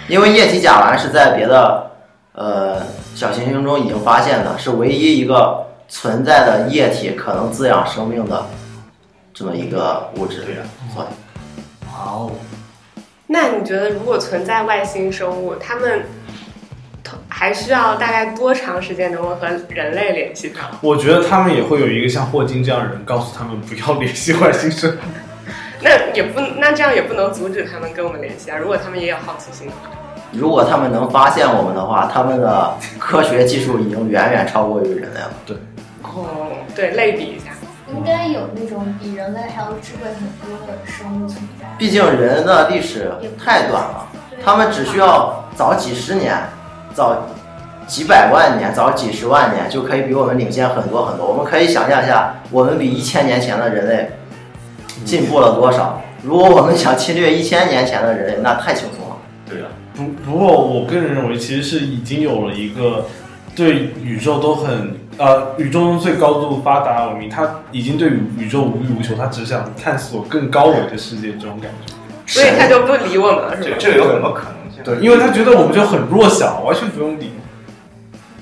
[SPEAKER 7] 因为液体甲烷是在别的呃小行星中已经发现的，是唯一一个存在的液体可能滋养生命的这么一个物质。
[SPEAKER 6] 对呀
[SPEAKER 7] 所以
[SPEAKER 8] 哦，
[SPEAKER 5] 那你觉得，如果存在外星生物，他们同还需要大概多长时间能够和人类联系上？
[SPEAKER 4] 我觉得他们也会有一个像霍金这样的人告诉他们不要联系外星生物。
[SPEAKER 5] 那也不，那这样也不能阻止他们跟我们联系啊。如果他们也有好奇心的话，
[SPEAKER 7] 如果他们能发现我们的话，他们的科学技术已经远远超过于人类了。
[SPEAKER 5] 哦，对，类比一下，
[SPEAKER 2] 应该有那种比人类还要智慧很多的生物存在。
[SPEAKER 7] 毕竟人的历史太短了，他们只需要早几十年，早几百万年，早几十万年就可以比我们领先很多很多。我们可以想象一下，我们比一千年前的人类进步了多少？如果我们想侵略一千年前的人类，那太轻松了。
[SPEAKER 6] 对呀、啊
[SPEAKER 4] 不不过，我个人认为其实是已经有了一个对宇宙都很呃宇宙中最高度发达文明，它已经对宇宙无欲无求，它只想探索更高维的世界这种感觉。
[SPEAKER 5] 所以他就不理我们 了，是
[SPEAKER 6] 这
[SPEAKER 5] 吗？
[SPEAKER 6] 这个有很多可能性。
[SPEAKER 4] 对，因为他觉得我们就很弱小，完全不用理，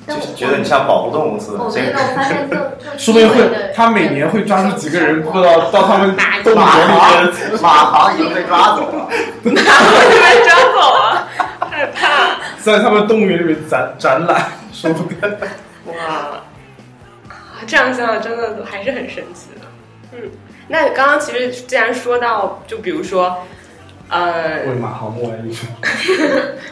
[SPEAKER 2] 但
[SPEAKER 6] 就
[SPEAKER 2] 我
[SPEAKER 6] 是觉得你像保护动物似的
[SPEAKER 2] 我，
[SPEAKER 6] 这
[SPEAKER 2] 觉
[SPEAKER 6] 个
[SPEAKER 2] 得我发现更更
[SPEAKER 4] 说不定
[SPEAKER 2] 智慧的嗯
[SPEAKER 4] 会他每年会抓住几个人，不知道到他们动物
[SPEAKER 7] 马
[SPEAKER 4] 园里边
[SPEAKER 7] 航，马航已经被抓走了。
[SPEAKER 5] 我就被抓走了，害怕。
[SPEAKER 4] 在他们动物园里面展展览，说不定。
[SPEAKER 5] 哇，这样想想真的还是很神奇的。嗯，那刚刚其实既然说到，就比如说，呃，
[SPEAKER 4] 喂马航默哀一句，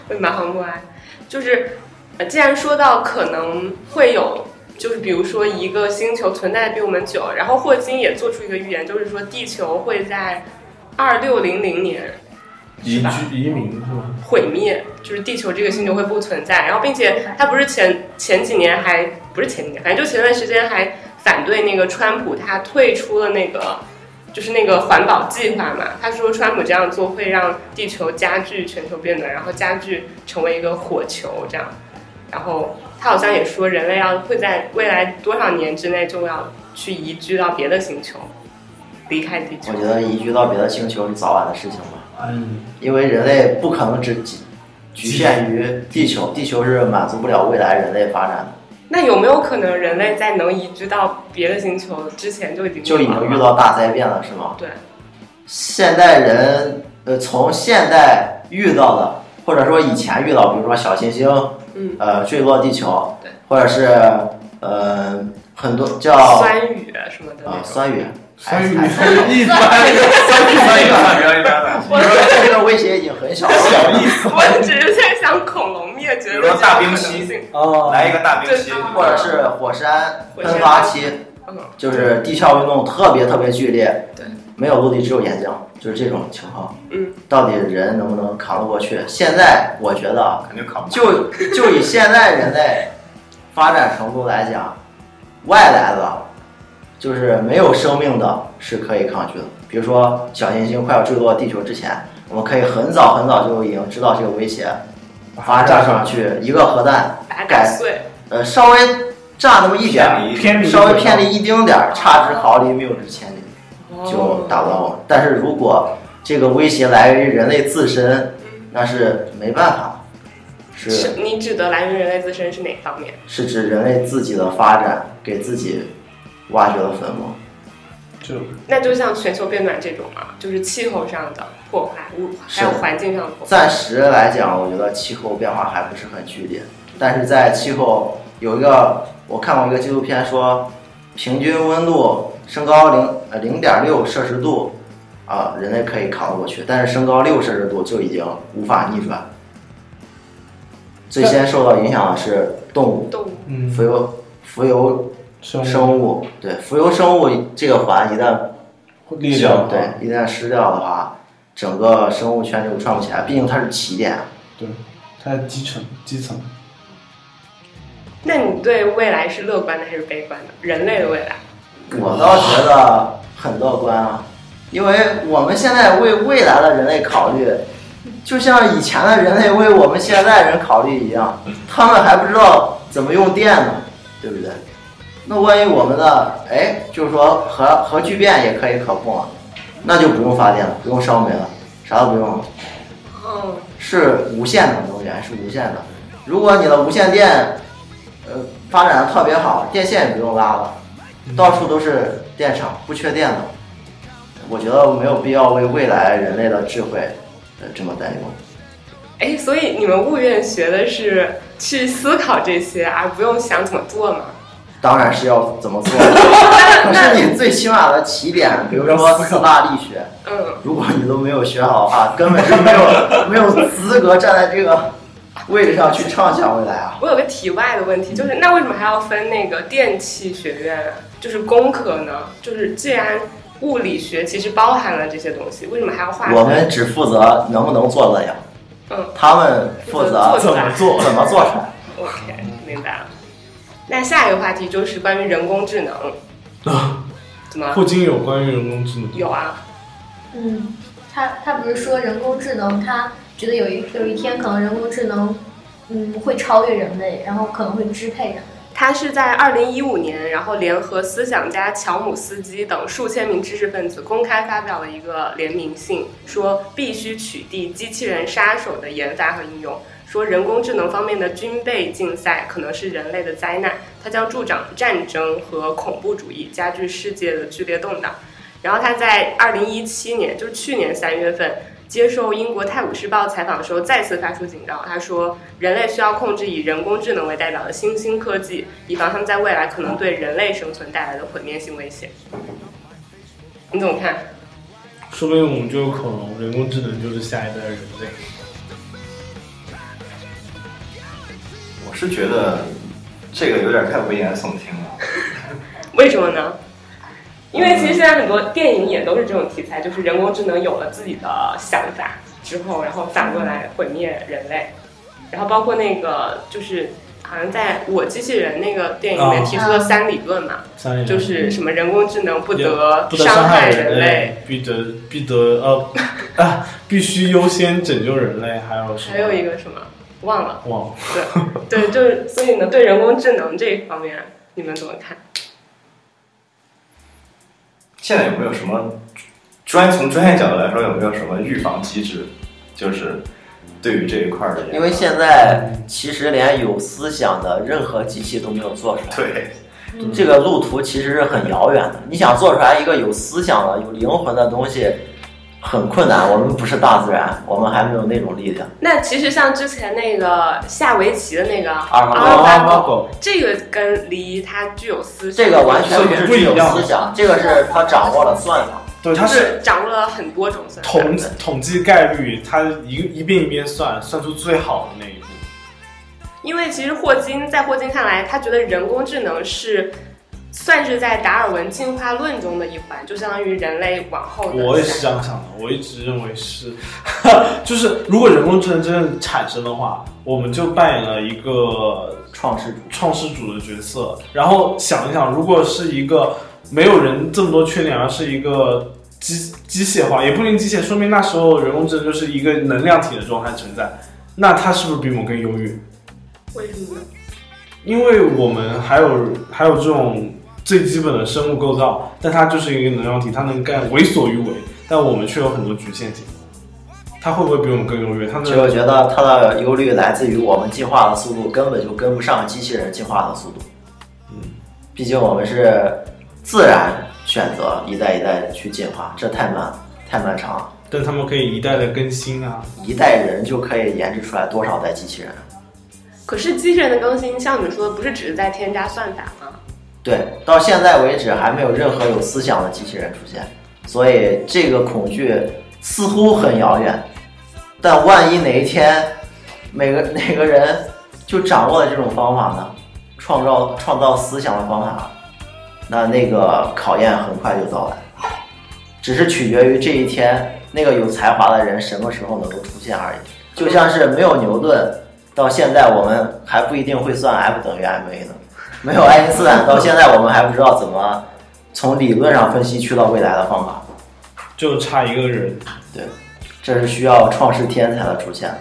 [SPEAKER 5] 会蛮横过来。就是，呃，既然说到可能会有，就是比如说一个星球存在比我们久，然后霍金也做出一个预言，就是说地球会在二六零零年
[SPEAKER 4] 移居移民是吗？
[SPEAKER 5] 毁灭，就是地球这个星球会不存在。然后，并且他不是前前几年还不是前几年，反正就前段时间还反对那个川普他退出了那个。就是那个环保计划嘛，他说川普这样做会让地球加剧全球变暖，然后加剧成为一个火球这样。然后他好像也说，人类要会在未来多少年之内就要去移居到别的星球，离开地球
[SPEAKER 7] 我。觉得移居到别的星球是早晚的事情吧。
[SPEAKER 4] 嗯，
[SPEAKER 7] 因为人类不可能只局局限于地球，地球是满足不了未来人类发展的，
[SPEAKER 5] 那有没有可能人类在能移居到别的星球之前就已经
[SPEAKER 7] 就已经遇到大灾变了，是吗？
[SPEAKER 5] 对，
[SPEAKER 7] 现代人，呃，从现代遇到的，或者说以前遇到，比如说小行星，
[SPEAKER 5] 嗯，
[SPEAKER 7] 呃，坠落地球
[SPEAKER 5] 对，
[SPEAKER 7] 或者是呃很多叫啊
[SPEAKER 5] 酸雨什么的那种。
[SPEAKER 7] 酸雨，
[SPEAKER 4] 所以
[SPEAKER 7] 还还
[SPEAKER 4] 一
[SPEAKER 6] 哎
[SPEAKER 4] 般
[SPEAKER 6] 一 般一般一般的。
[SPEAKER 7] 你说这个威胁已经很小了，
[SPEAKER 4] 小意思
[SPEAKER 5] 我只是在想恐龙灭绝的
[SPEAKER 6] 比如说大冰
[SPEAKER 5] 可能
[SPEAKER 6] 期
[SPEAKER 5] 性。
[SPEAKER 4] 哦
[SPEAKER 6] 来一个大冰期，
[SPEAKER 5] 对
[SPEAKER 7] 或者是火山
[SPEAKER 5] 火山
[SPEAKER 7] 喷发期。
[SPEAKER 5] 嗯，
[SPEAKER 7] 就是地壳运动特别特别剧烈，
[SPEAKER 5] 对，
[SPEAKER 7] 没有陆地只有岩浆，就是这种情况。
[SPEAKER 5] 嗯，
[SPEAKER 7] 到底人能不能扛得过去？现在我觉得啊，
[SPEAKER 6] 肯定扛不住。
[SPEAKER 7] 就就以现在人类发展程度来讲，外来的就是没有生命的是可以抗拒的。比如说小行星快要坠落地球之前，我们可以很早很早就已经知道这个威胁，发射上去一个核弹，
[SPEAKER 5] 把它打
[SPEAKER 7] 改
[SPEAKER 5] 碎。
[SPEAKER 7] 呃稍微炸那么一点儿。
[SPEAKER 6] 偏离
[SPEAKER 4] 偏离
[SPEAKER 7] 稍微偏离一丁点儿，差之毫厘，谬之千里，就打不到我们。但是如果这个威胁来源于人类自身，那是没办法，
[SPEAKER 5] 是
[SPEAKER 7] 是
[SPEAKER 5] 你指的来源于人类自身是哪方面？
[SPEAKER 7] 是指人类自己的发展给自己挖掘了坟墓。
[SPEAKER 4] 就
[SPEAKER 5] 那就像全球变暖这种嘛，就是气候上的破坏，物还有
[SPEAKER 7] 是
[SPEAKER 5] 环境上的破坏。
[SPEAKER 7] 暂时来讲，我觉得气候变化还不是很剧烈，但是在气候有一个我看过一个纪录片说，平均温度升高零呃零点六摄氏度，啊、人类可以扛得过去，但是升高六摄氏度就已经无法逆转。最先受到影响的是动物，
[SPEAKER 5] 动物
[SPEAKER 4] 嗯
[SPEAKER 7] 浮游浮游
[SPEAKER 4] 生
[SPEAKER 7] 生物，对浮游生物这个环一旦
[SPEAKER 4] 力量
[SPEAKER 7] 对一旦失掉的话，整个生物圈就转不起来，毕竟它是起点。啊
[SPEAKER 4] 对，它的基层基层。
[SPEAKER 5] 那你对未来是乐观的还是悲观的？人类的未来，
[SPEAKER 7] 我倒觉得很乐观啊，因为我们现在为未来的人类考虑，就像以前的人类为我们现在人考虑一样，他们还不知道怎么用电呢，对不对？那万一我们的哎，就是说核核聚啊变也可以可控了，那就不用发电了，不用烧煤了，啥都不用了，
[SPEAKER 5] 嗯，
[SPEAKER 7] 是无限的能源，是无限的。如果你的无线电，呃，发展的特别好，电线也不用拉了，到处都是电厂，不缺电的。我觉得没有必要为未来人类的智慧，呃，这么担忧。
[SPEAKER 5] 哎，所以你们物院学的是去思考这些，而不用想怎么做吗？
[SPEAKER 7] 当然是要怎么做，可是你最起码的起点，比如说四大力学，
[SPEAKER 5] 嗯，
[SPEAKER 7] 如果你都没有学好啊，根本是没有没有资格站在这个位置上去畅想未来啊。
[SPEAKER 5] 我有个题外的问题，就是那为什么还要分那个电气学院，啊就是工科呢？就是既然物理学其实包含了这些东西，为什么还要划
[SPEAKER 7] 我
[SPEAKER 5] 分？
[SPEAKER 7] 们只负责能不能做得了，
[SPEAKER 5] 嗯
[SPEAKER 7] 他们负责
[SPEAKER 5] 负责做
[SPEAKER 7] 做，怎么做出来。
[SPEAKER 5] ，OK，明白了。那下一个话题就是关于人工智能，
[SPEAKER 4] 啊，
[SPEAKER 5] 怎么
[SPEAKER 4] 霍金有关于人工智能，
[SPEAKER 5] 有啊？
[SPEAKER 2] 嗯，他他不是说人工智能，他觉得有一有一天可能人工智能，嗯，会超越人类，然后可能会支配人类。
[SPEAKER 5] 他是在二零一五年，然后联合思想家乔姆斯基等数千名知识分子公开发表了一个联名信，说必须取缔机器人杀手的研发和应用，说人工智能方面的军备竞赛可能是人类的灾难，它将助长战争和恐怖主义，加剧世界的剧烈动荡。然后他在二零一七年，就是去年三月份，接受英国《泰晤士报》采访的时候，再次发出警告。他说，人类需要控制以人工智能为代表的新兴科技，以防他们在未来可能对人类生存带来的毁灭性危险。你怎么看？
[SPEAKER 4] 说不定我们就有恐龙，人工智能就是下一代人类。
[SPEAKER 6] 我是觉得这个有点太危言耸听了。
[SPEAKER 5] 为什么呢？
[SPEAKER 4] 嗯
[SPEAKER 5] 因为其实现在很多电影也都是这种题材，就是人工智能有了自己的想法之后，然后反过来毁灭人类。然后包括那个就是好像在《我机器人》那个电影里面提
[SPEAKER 4] 嗯
[SPEAKER 5] 出了三理论嘛，
[SPEAKER 4] 三人
[SPEAKER 5] 就是什么人工智能不
[SPEAKER 4] 嗯也
[SPEAKER 5] 得
[SPEAKER 4] 不得
[SPEAKER 5] 伤
[SPEAKER 4] 害
[SPEAKER 5] 人类，
[SPEAKER 4] 类，必得必得呃啊，必须优先拯救人类，还有什么？
[SPEAKER 5] 还有一个什么忘了，
[SPEAKER 4] 哇，
[SPEAKER 5] 对 对，就是所以呢，对人工智能这一方面你们怎么看？
[SPEAKER 6] 现在有没有什么专从专业角度来说，有没有什么预防机制？就是对于这一块儿的研究，
[SPEAKER 7] 因为现在其实连有思想的任何机器都没有做出来，
[SPEAKER 6] 对
[SPEAKER 7] 这个路途其实是很遥远的。你想做出来一个有思想的、有灵魂的东西，很困难。我们不是大自然，我们还没有那种力量。
[SPEAKER 5] 那其实像之前那个下围棋的那个
[SPEAKER 4] 啊
[SPEAKER 5] 阿
[SPEAKER 7] 阿尔法
[SPEAKER 5] 尔法
[SPEAKER 7] 狗
[SPEAKER 5] 狗，这个跟离它具有思想，
[SPEAKER 7] 这个完全不是
[SPEAKER 4] 不
[SPEAKER 7] 具
[SPEAKER 4] 一
[SPEAKER 7] 有
[SPEAKER 4] 样
[SPEAKER 7] 思想，这个是他掌握了算法。
[SPEAKER 4] 对，它
[SPEAKER 5] 就是是掌握了很多种算法
[SPEAKER 4] 统统计概率，它一一遍一遍算，算出最好的那一步。
[SPEAKER 5] 因为其实霍金在霍金看来，他觉得人工智能是算是在达尔文进化论中的一环，就相当于人类往后的。
[SPEAKER 4] 我也是这样想的，我一直认为是， 就是如果人工智能真正产生的话，我们就扮演了一个
[SPEAKER 7] 创世主
[SPEAKER 4] 创世主的角色。然后想一想，如果是一个没有人这么多缺点，而是一个机机械化，也不一定机械，说明那时候人工智能就是一个能量体的状态存在。那它是不是比我们更优越？
[SPEAKER 5] 为什么呢？
[SPEAKER 4] 因为我们还有还有这种最基本的生物构造，但它就是一个能量体，它能干为所欲为，但我们却有很多局限性。它会不会比我们更优越？它
[SPEAKER 7] 只有
[SPEAKER 4] 的
[SPEAKER 7] 觉得他的忧虑来自于我们进化的速度根本就跟不上机器人进化的速度。
[SPEAKER 4] 嗯，
[SPEAKER 7] 毕竟我们是自然选择一代一代地去进化，这太慢太漫长了。
[SPEAKER 4] 但他们可以一代代更新啊。
[SPEAKER 7] 一代人就可以研制出来多少代机器人？
[SPEAKER 5] 可是机器人的更新，像你们说的，不是只是在添加算法吗？
[SPEAKER 7] 对，到现在为止还没有任何有思想的机器人出现，所以这个恐惧似乎很遥远。但万一哪一天，每个 哪个人就掌握了这种方法呢？创造创造思想的方法，那那个考验很快就到来，只是取决于这一天那个有才华的人什么时候能够出现而已。就像是没有牛顿，到现在我们还不一定会算 F 等于 ma 呢。没有爱因斯坦，到现在我们还不知道怎么从理论上分析去到未来的方法。
[SPEAKER 4] 就差一个人，
[SPEAKER 7] 对，这是需要创世天才的出现的。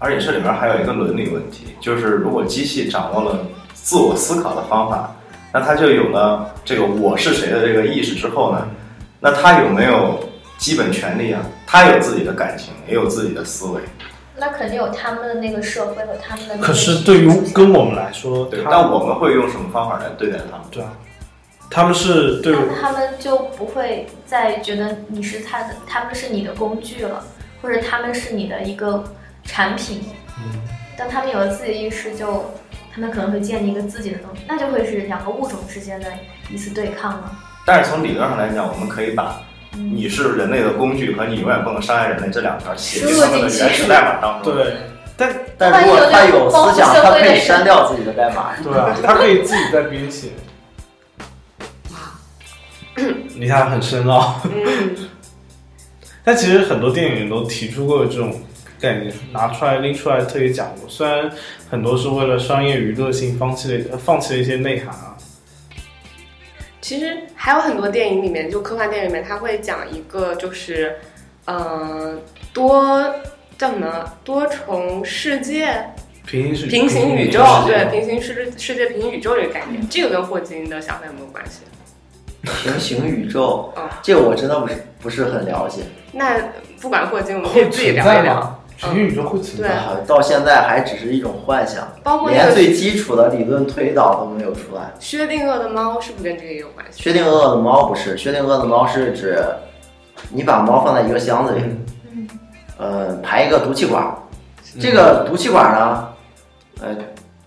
[SPEAKER 6] 而且这里面还有一个伦理问题，就是如果机器掌握了自我思考的方法，那它就有了这个“我是谁”的这个意识之后呢，那它有没有基本权利啊，他有自己的感情，也有自己的思维。
[SPEAKER 2] 那肯定有他们的那个社会和他们的那个
[SPEAKER 4] 可是对于跟我们来说，
[SPEAKER 6] 对，
[SPEAKER 4] 他
[SPEAKER 6] 但我们会用什么方法来对待他们？
[SPEAKER 4] 对啊，他们是对
[SPEAKER 2] 那他们就不会再觉得你是他的，他们是你的工具了，或者他们是你的一个产品。当他们有了自己的意识就，他们可能会建立一个自己的东西，那就会是两个物种之间的一次对抗了。
[SPEAKER 6] 但是从理论上来讲，我们可以把你是人类的工具和你永远不能伤害人类这两条写进他们的原始代码 当中。
[SPEAKER 4] 对但
[SPEAKER 7] 但如果他有思想，他可以删掉自己的代码。
[SPEAKER 4] 对啊，他可以自己在编 写。你看很深奥，
[SPEAKER 5] 嗯，
[SPEAKER 4] 但其实很多电影都提出过这种概念，拿出来拎出来特意讲过。虽然很多是为了商业娱乐性放弃了放弃了一些内涵啊，
[SPEAKER 5] 其实还有很多电影里面，就科幻电影里面，它会讲一个就是，呃，多叫什么多重世界、
[SPEAKER 4] 平行是
[SPEAKER 5] 平行宇宙，对，
[SPEAKER 4] 平
[SPEAKER 5] 平行世世界平行宇宙这个概念，这个跟霍金的想法有没有关系？
[SPEAKER 7] 平行宇宙
[SPEAKER 5] 嗯，
[SPEAKER 7] 这我真的不是不是很了解。
[SPEAKER 5] 那不管霍金，我们可以
[SPEAKER 4] 会
[SPEAKER 5] 自己聊
[SPEAKER 4] 存在
[SPEAKER 5] 一聊。嗯
[SPEAKER 4] 吗？平行宇宙会存
[SPEAKER 5] 对
[SPEAKER 4] 在吗？
[SPEAKER 7] 啊到现在还只是一种幻想，
[SPEAKER 5] 包括那
[SPEAKER 7] 连
[SPEAKER 5] 个
[SPEAKER 7] 最基础的理论推导都没有出来。
[SPEAKER 5] 薛定谔的猫，是不是跟这个也有关系？
[SPEAKER 7] 薛定谔的猫不是，薛定谔的猫是指你把猫放在一个箱子里，
[SPEAKER 2] 嗯，
[SPEAKER 7] 呃，排一个毒气管，这个毒气管呢，呃，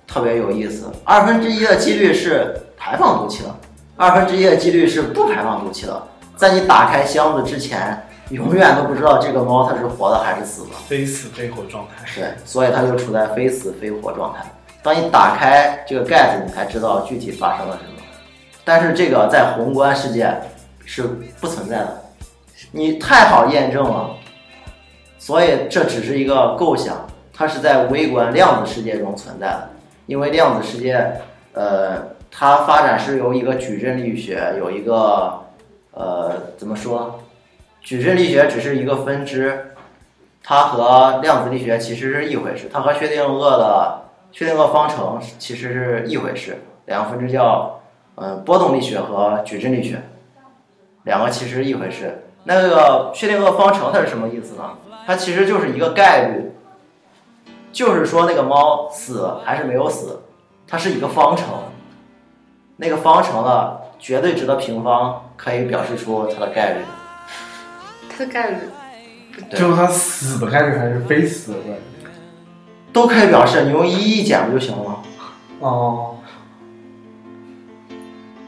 [SPEAKER 7] 特别有意思，二分之一的几率是排放毒气的，二分之一的几率是不排放毒气的。在你打开箱子之前，永远都不知道这个猫它是活的还是死的。
[SPEAKER 4] 非死非活状态。
[SPEAKER 7] 对，所以它就处在非死非活状态。当你打开这个盖子，你才知道具体发生了什么。但是这个在宏观世界是不存在的，你太好验证了，所以这只是一个构想，它是在微观量子世界中存在的。因为量子世界，呃，它发展是由一个矩阵力学有一个，呃，怎么说？矩阵力学只是一个分支，它和量子力学其实是一回事，它和薛定谔的薛定谔方程其实是一回事，两个分支叫嗯、呃波动力学和矩阵力学，两个其实是一回事。那个薛定谔方程它是什么意思呢？它其实就是一个概率，就是说那个猫死还是没有死，它是一个方程，那个方程的绝对值的平方可以表示出它的概率。
[SPEAKER 5] 它的概率，
[SPEAKER 7] 对
[SPEAKER 4] 就是他死的概率还是非死的概率？
[SPEAKER 7] 都可以表示，你用一一减不就行了吗？
[SPEAKER 4] 哦，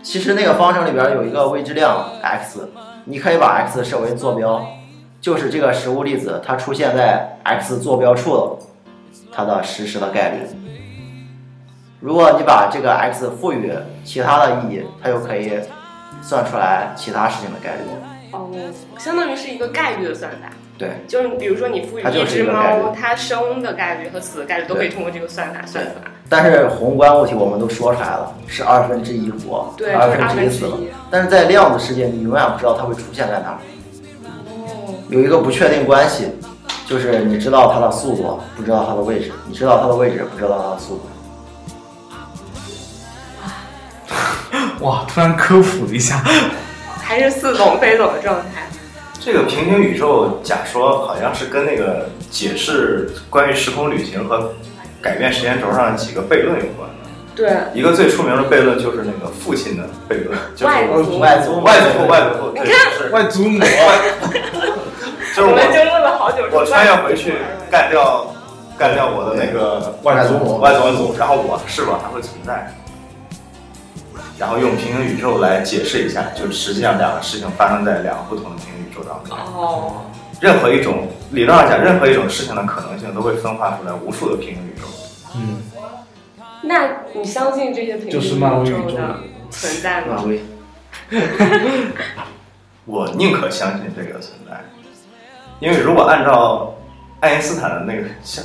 [SPEAKER 7] 其实那个方程里边有一个未知量 x，你可以把 x 设为坐标，就是这个实物粒子它出现在 x 坐标处了，它的实时的概率。如果你把这个 x 赋予其他的意义，它就可以算出来其他事情的概率。
[SPEAKER 5] 哦，相当于是一个概率的算法。
[SPEAKER 7] 对，
[SPEAKER 5] 就是比如说你赋予
[SPEAKER 7] 它就是
[SPEAKER 5] 一只
[SPEAKER 7] 一个概率
[SPEAKER 5] 猫，它生的概率和死的概率都可以通过这个算法算出来。
[SPEAKER 7] 但是宏观物体我们都说出来了，是二分之一活，
[SPEAKER 5] 对
[SPEAKER 7] 二
[SPEAKER 5] 就是
[SPEAKER 7] 分之
[SPEAKER 5] 二分之一
[SPEAKER 7] 死了。但是在量子世界，你永远不知道它会出现在哪儿。
[SPEAKER 5] 哦，
[SPEAKER 7] 有一个不确定关系，就是你知道它的速度，不知道它的位置；你知道它的位置，不知道它的速度。
[SPEAKER 4] 哇！突然科普了一下，
[SPEAKER 5] 还是似懂非懂的状态。
[SPEAKER 6] 这个平行宇宙假说好像是跟那个解释关于时空旅行和改变时间轴上的几个悖论有关的。
[SPEAKER 5] 对，
[SPEAKER 6] 一个最出名的悖论就是那个父亲的悖论，就是
[SPEAKER 5] 外
[SPEAKER 6] 我
[SPEAKER 5] 族，
[SPEAKER 7] 外族
[SPEAKER 6] 外祖父外祖父，对，就是
[SPEAKER 4] 外祖母
[SPEAKER 6] 就是
[SPEAKER 5] 我们
[SPEAKER 6] 我
[SPEAKER 5] 争论了好久。
[SPEAKER 6] 我穿越回去干掉干掉我的那个
[SPEAKER 4] 外祖
[SPEAKER 7] 母
[SPEAKER 6] 外祖母，然后我是否还会存在？然后用平行宇宙来解释一下，就是实际上两个事情发生在两个不同的平行宇宙当中。
[SPEAKER 5] 哦，
[SPEAKER 6] 任何一种理论上讲，任何一种事情的可能性都会分化出来无数的平行宇宙。
[SPEAKER 4] 嗯，
[SPEAKER 5] 那你相信这些平
[SPEAKER 4] 就是
[SPEAKER 5] 行
[SPEAKER 4] 漫威宇宙
[SPEAKER 5] 的存在吗？
[SPEAKER 7] 威，
[SPEAKER 6] 我宁可相信这个存在，因为如果按照爱因斯坦的那个相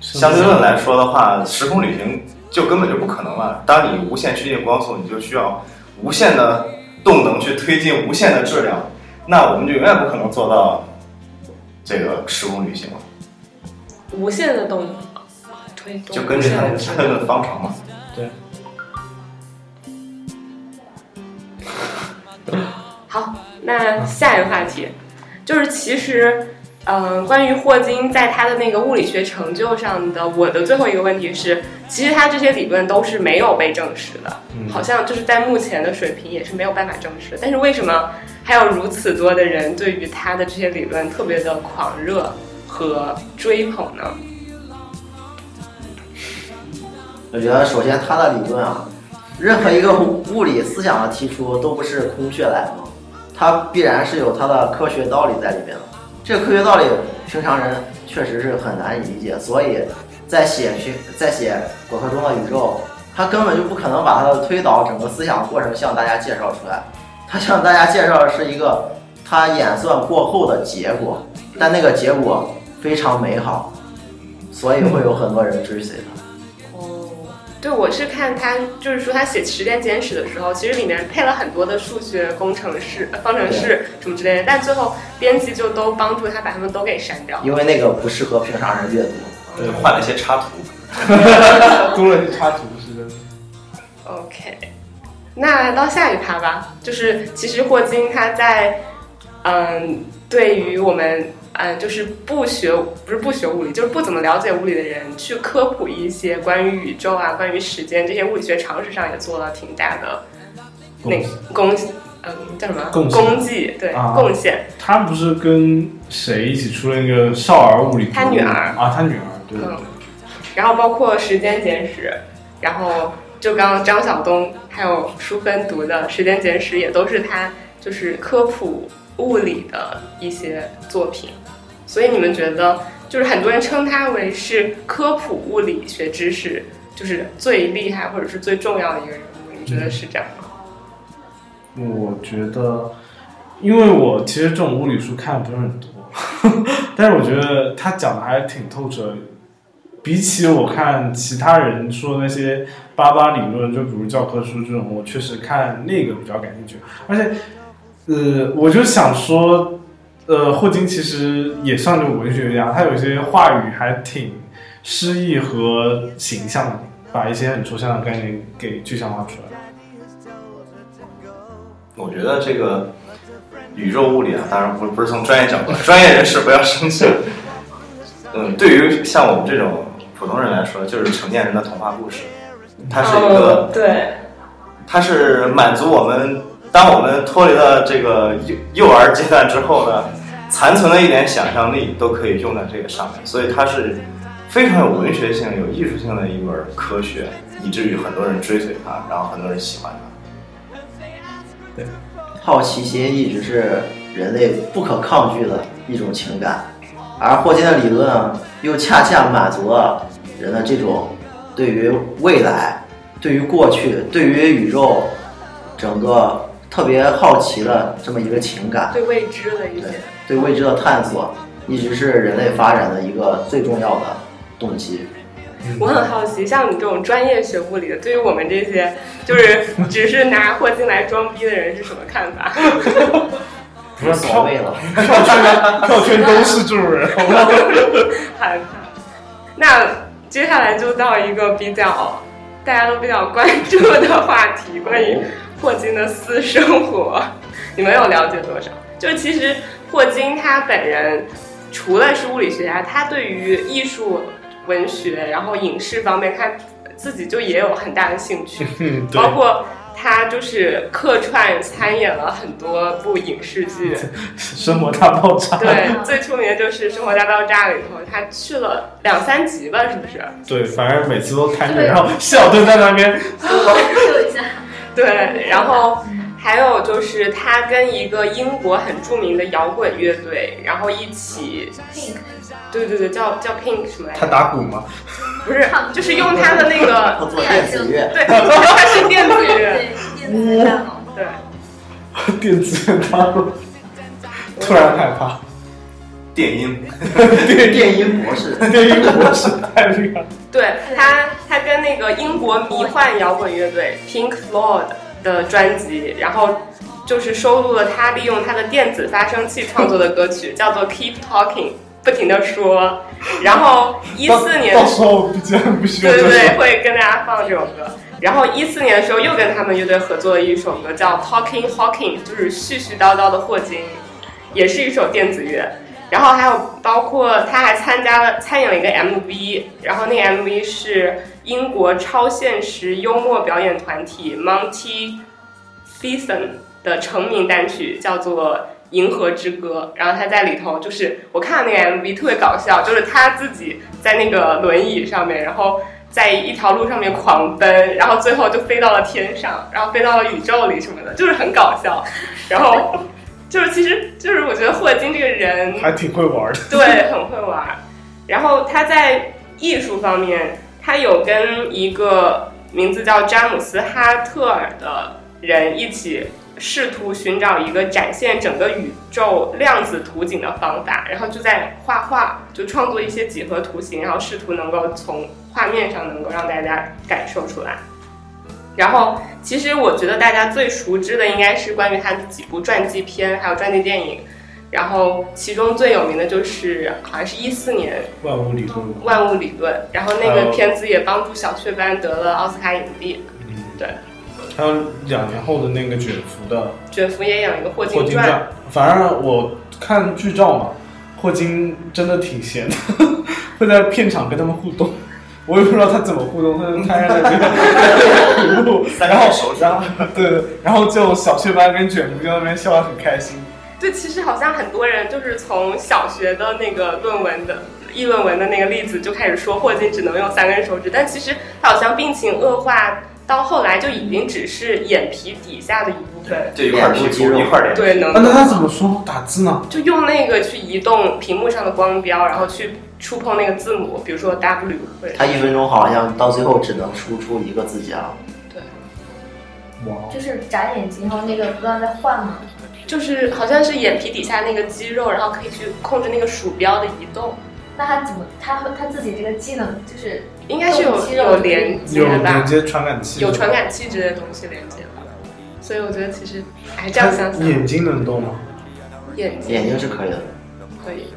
[SPEAKER 6] 相对论来说的话，时空旅行就根本就不可能了。当你无限趋近光速，你就需要无限的动能去推进无限的质量，那我们就永远不可能做到这个时空旅行了。
[SPEAKER 5] 无限的动力推动，
[SPEAKER 6] 就根
[SPEAKER 5] 无
[SPEAKER 6] 据
[SPEAKER 5] 限
[SPEAKER 6] 它
[SPEAKER 5] 的
[SPEAKER 6] 的相对论方程嘛。
[SPEAKER 5] 好，那下一个话题，就是其实，嗯、关于霍金在他的那个物理学成就上的，我的最后一个问题是，其实他这些理论都是没有被证实的，好像就是在目前的水平也是没有办法证实的。但是为什么还有如此多的人对于他的这些理论特别的狂热和追捧呢？
[SPEAKER 7] 我觉得首先他的理论啊，任何一个物理思想的提出都不是空穴来风，它必然是有它的科学道理在里面的。这个科学道理，平常人确实是很难以理解，所以在写学在写果壳中的宇宙，他根本就不可能把他的推导整个思想过程向大家介绍出来。他向大家介绍的是一个他演算过后的结果，但那个结果非常美好，所以会有很多人追随他。
[SPEAKER 5] 哦，对，我是看他，就是说他写《实践简史》的时候，其实里面配了很多的数学工程式、呃方程式什么之类的，但最后编辑就都帮助他把他们都给删掉。
[SPEAKER 7] 因为那个不适合平常人阅读。
[SPEAKER 6] 就换了一些插图。
[SPEAKER 4] 多了一插图是真的。
[SPEAKER 5] OK，那到下一趴吧，就是其实霍金他在，嗯，对于我们，嗯，就是不学不是不学物理，就是不怎么了解物理的人，去科普一些关于宇宙啊、关于时间这些物理学常识上也做了挺大的那
[SPEAKER 4] 贡献
[SPEAKER 5] 贡，嗯，叫什么？
[SPEAKER 4] 贡献
[SPEAKER 5] 功绩，对，
[SPEAKER 4] 啊
[SPEAKER 5] 贡献。
[SPEAKER 4] 他不是跟谁一起出了那个少儿物理图？
[SPEAKER 5] 他女儿
[SPEAKER 4] 啊，他女儿，对对对
[SPEAKER 5] 嗯，然后包括《时间简史》，然后就刚刚张晓东还有淑芬读的《时间简史》，也都是他就是科普物理的一些作品。所以你们觉得，就是很多人称他为是科普物理学知识，就是最厉害或者是最重要的一个人物，你们觉
[SPEAKER 6] 嗯
[SPEAKER 5] 得是这样吗？
[SPEAKER 4] 我觉得，因为我其实这种物理书看的不是很多， 但是我觉得他讲的还挺透彻的。比起我看其他人说那些八八理论，就比如教科书这种，我确实看那个比较感兴趣。而且，呃，我就想说，呃，霍金其实也像这种文学家，他有些话语还挺诗意和形象的，把一些很抽象的概念给具象化出来。
[SPEAKER 6] 我觉得这个宇宙物理啊，当然不不是从专业角度，专业人士不要生气。嗯，对于像我们这种普通人来说，就是成年人的童话故事，它是一个
[SPEAKER 5] 哦，对，
[SPEAKER 6] 它是满足我们，当我们脱离了这个幼幼儿阶段之后呢，残存的一点想象力都可以用在这个上面，所以它是非常有文学性、有艺术性的一门科学，以至于很多人追随它，然后很多人喜欢它。
[SPEAKER 7] 好奇心一直是人类不可抗拒的一种情感，而霍金的理论啊又恰恰满足了人的这种对于未来、对于过去、对于宇宙整个特别好奇的这么一个情感，
[SPEAKER 5] 对未知的一
[SPEAKER 7] 对
[SPEAKER 5] 些。
[SPEAKER 7] 对未知的探索，一直是人类发展的一个最重要的动机。
[SPEAKER 5] 我很好奇，像你这种专业学物理的，对于我们这些就是只是拿霍金来装逼的人是什么看法？
[SPEAKER 7] 无所谓了，
[SPEAKER 4] 票圈票圈都是这种人，好不好？
[SPEAKER 5] 害怕。那接下来就到一个比较大家都比较关注的话题，关于霍金的私生活，你们有了解多少？就是其实霍金他本人除了是物理学家，他对于艺术、文学，然后影视方面，他自己就也有很大的兴趣。
[SPEAKER 4] 嗯，对
[SPEAKER 5] 包。括他就是客串参演了很多部影视 剧，
[SPEAKER 4] 生活大爆炸。
[SPEAKER 5] 对，最出名的就是《生活大爆炸》里头，他去了两三集吧，是不是？
[SPEAKER 4] 对，反正每次都瘫着，然后谢晓东在那边，
[SPEAKER 2] 秀一下。
[SPEAKER 5] 对，然后还有就是他跟一个英国很著名的摇滚乐队，然后一起，对对对，叫叫 Pink 什么来
[SPEAKER 4] 他
[SPEAKER 5] 着？
[SPEAKER 4] 打鼓嘛，
[SPEAKER 5] 不是，就是用他的那个，
[SPEAKER 7] 不 做电子乐，
[SPEAKER 5] 对，他是电子 乐，
[SPEAKER 2] 对，电子在大脑。
[SPEAKER 5] 对。
[SPEAKER 4] 电子乐打鼓，突然害怕。
[SPEAKER 6] 电音，
[SPEAKER 7] 电音博士。
[SPEAKER 4] 电音博士太厉害了，
[SPEAKER 5] 对他，他跟那个英国迷幻摇滚乐队 Pink Floyd 的专辑，然后就是收录了他利用他的电子发声器创作的歌曲，叫做《Keep Talking》，不停的说。然后一四年
[SPEAKER 4] 到，到时候 BGM 必须用
[SPEAKER 5] 对
[SPEAKER 4] 这
[SPEAKER 5] 对对，
[SPEAKER 4] 首。
[SPEAKER 5] 会跟大家放这首歌。然后一四年的时候又跟他们乐队合作了一首歌，叫《Talking Hawking》，就是絮絮叨叨的霍金。也是一首电子乐。然后还有包括他还参加了参演了一个 MV，然后那个 MV 是英国超现实幽默表演团体 Monty Thiessen 的成名单曲，叫做《银河之歌》。然后他在里头就是我看了那个 MV 特别搞笑，就是他自己在那个轮椅上面，然后在一条路上面狂奔，然后最后就飞到了天上，然后飞到了宇宙里什么的，就是很搞笑。然后就是其实就是我觉得霍金这个人
[SPEAKER 4] 还挺会玩的。
[SPEAKER 5] 对，很会玩儿。然后他在艺术方面，他有跟一个名字叫詹姆斯·哈特尔的人一起试图寻找一个展现整个宇宙量子图景的方法，然后就在画画，就创作一些几何图形，然后试图能够从画面上能够让大家感受出来。然后，其实我觉得大家最熟知的应该是关于他的几部传记片，还有传记电影。然后其中最有名的就是好像是一四年
[SPEAKER 4] 万物理论，
[SPEAKER 5] 《万物理论》，然后那个片子也帮助小雀斑得了奥斯卡影帝，
[SPEAKER 4] 嗯，
[SPEAKER 5] 对，
[SPEAKER 4] 还有两年后的那个卷福的
[SPEAKER 5] 卷福也演了一个霍
[SPEAKER 4] 霍
[SPEAKER 5] 金
[SPEAKER 4] 金
[SPEAKER 5] 传，
[SPEAKER 4] 传，反正我看剧照嘛，霍金真的挺闲的， 会在片场跟他们互动。我也不知道他怎么互动，他就开着那个 屏幕，
[SPEAKER 6] 三
[SPEAKER 4] 然后
[SPEAKER 6] 个手指
[SPEAKER 4] 然后对，然后就小雀斑跟卷福就在那边笑得很开心。
[SPEAKER 5] 对，其实好像很多人就是从小学的那个论文的议论文的那个例子就开始说霍金只能用三根手指，但其实他好像病情恶化到后来就已经只是眼皮底下的一部分，
[SPEAKER 6] 就一块皮肤一块脸，
[SPEAKER 5] 对，能
[SPEAKER 4] 啊那他怎么说打字呢？
[SPEAKER 5] 就用那个去移动屏幕上的光标，然后去触碰那个字母，比如说 W 或者
[SPEAKER 7] 他一分钟好像到最后只能输出一个字节了。
[SPEAKER 4] 哇，
[SPEAKER 2] 就是眨眼睛，然后那个不断在换嘛。
[SPEAKER 5] 就是好像是眼皮底下那个肌肉，然后可以去控制那个鼠标的移动，
[SPEAKER 2] 那他怎么他和他自己这个技能就是
[SPEAKER 5] 应该是有
[SPEAKER 2] 肌肉
[SPEAKER 5] 有连
[SPEAKER 4] 有
[SPEAKER 5] 接
[SPEAKER 4] 连
[SPEAKER 5] 吧，
[SPEAKER 4] 接传感器，
[SPEAKER 5] 有传感器之类的东西连接吧。所以我觉得其实，哎，这样嗯想想，
[SPEAKER 4] 眼睛能动吗？
[SPEAKER 5] 眼睛
[SPEAKER 7] 眼睛是可以的，
[SPEAKER 5] 可以，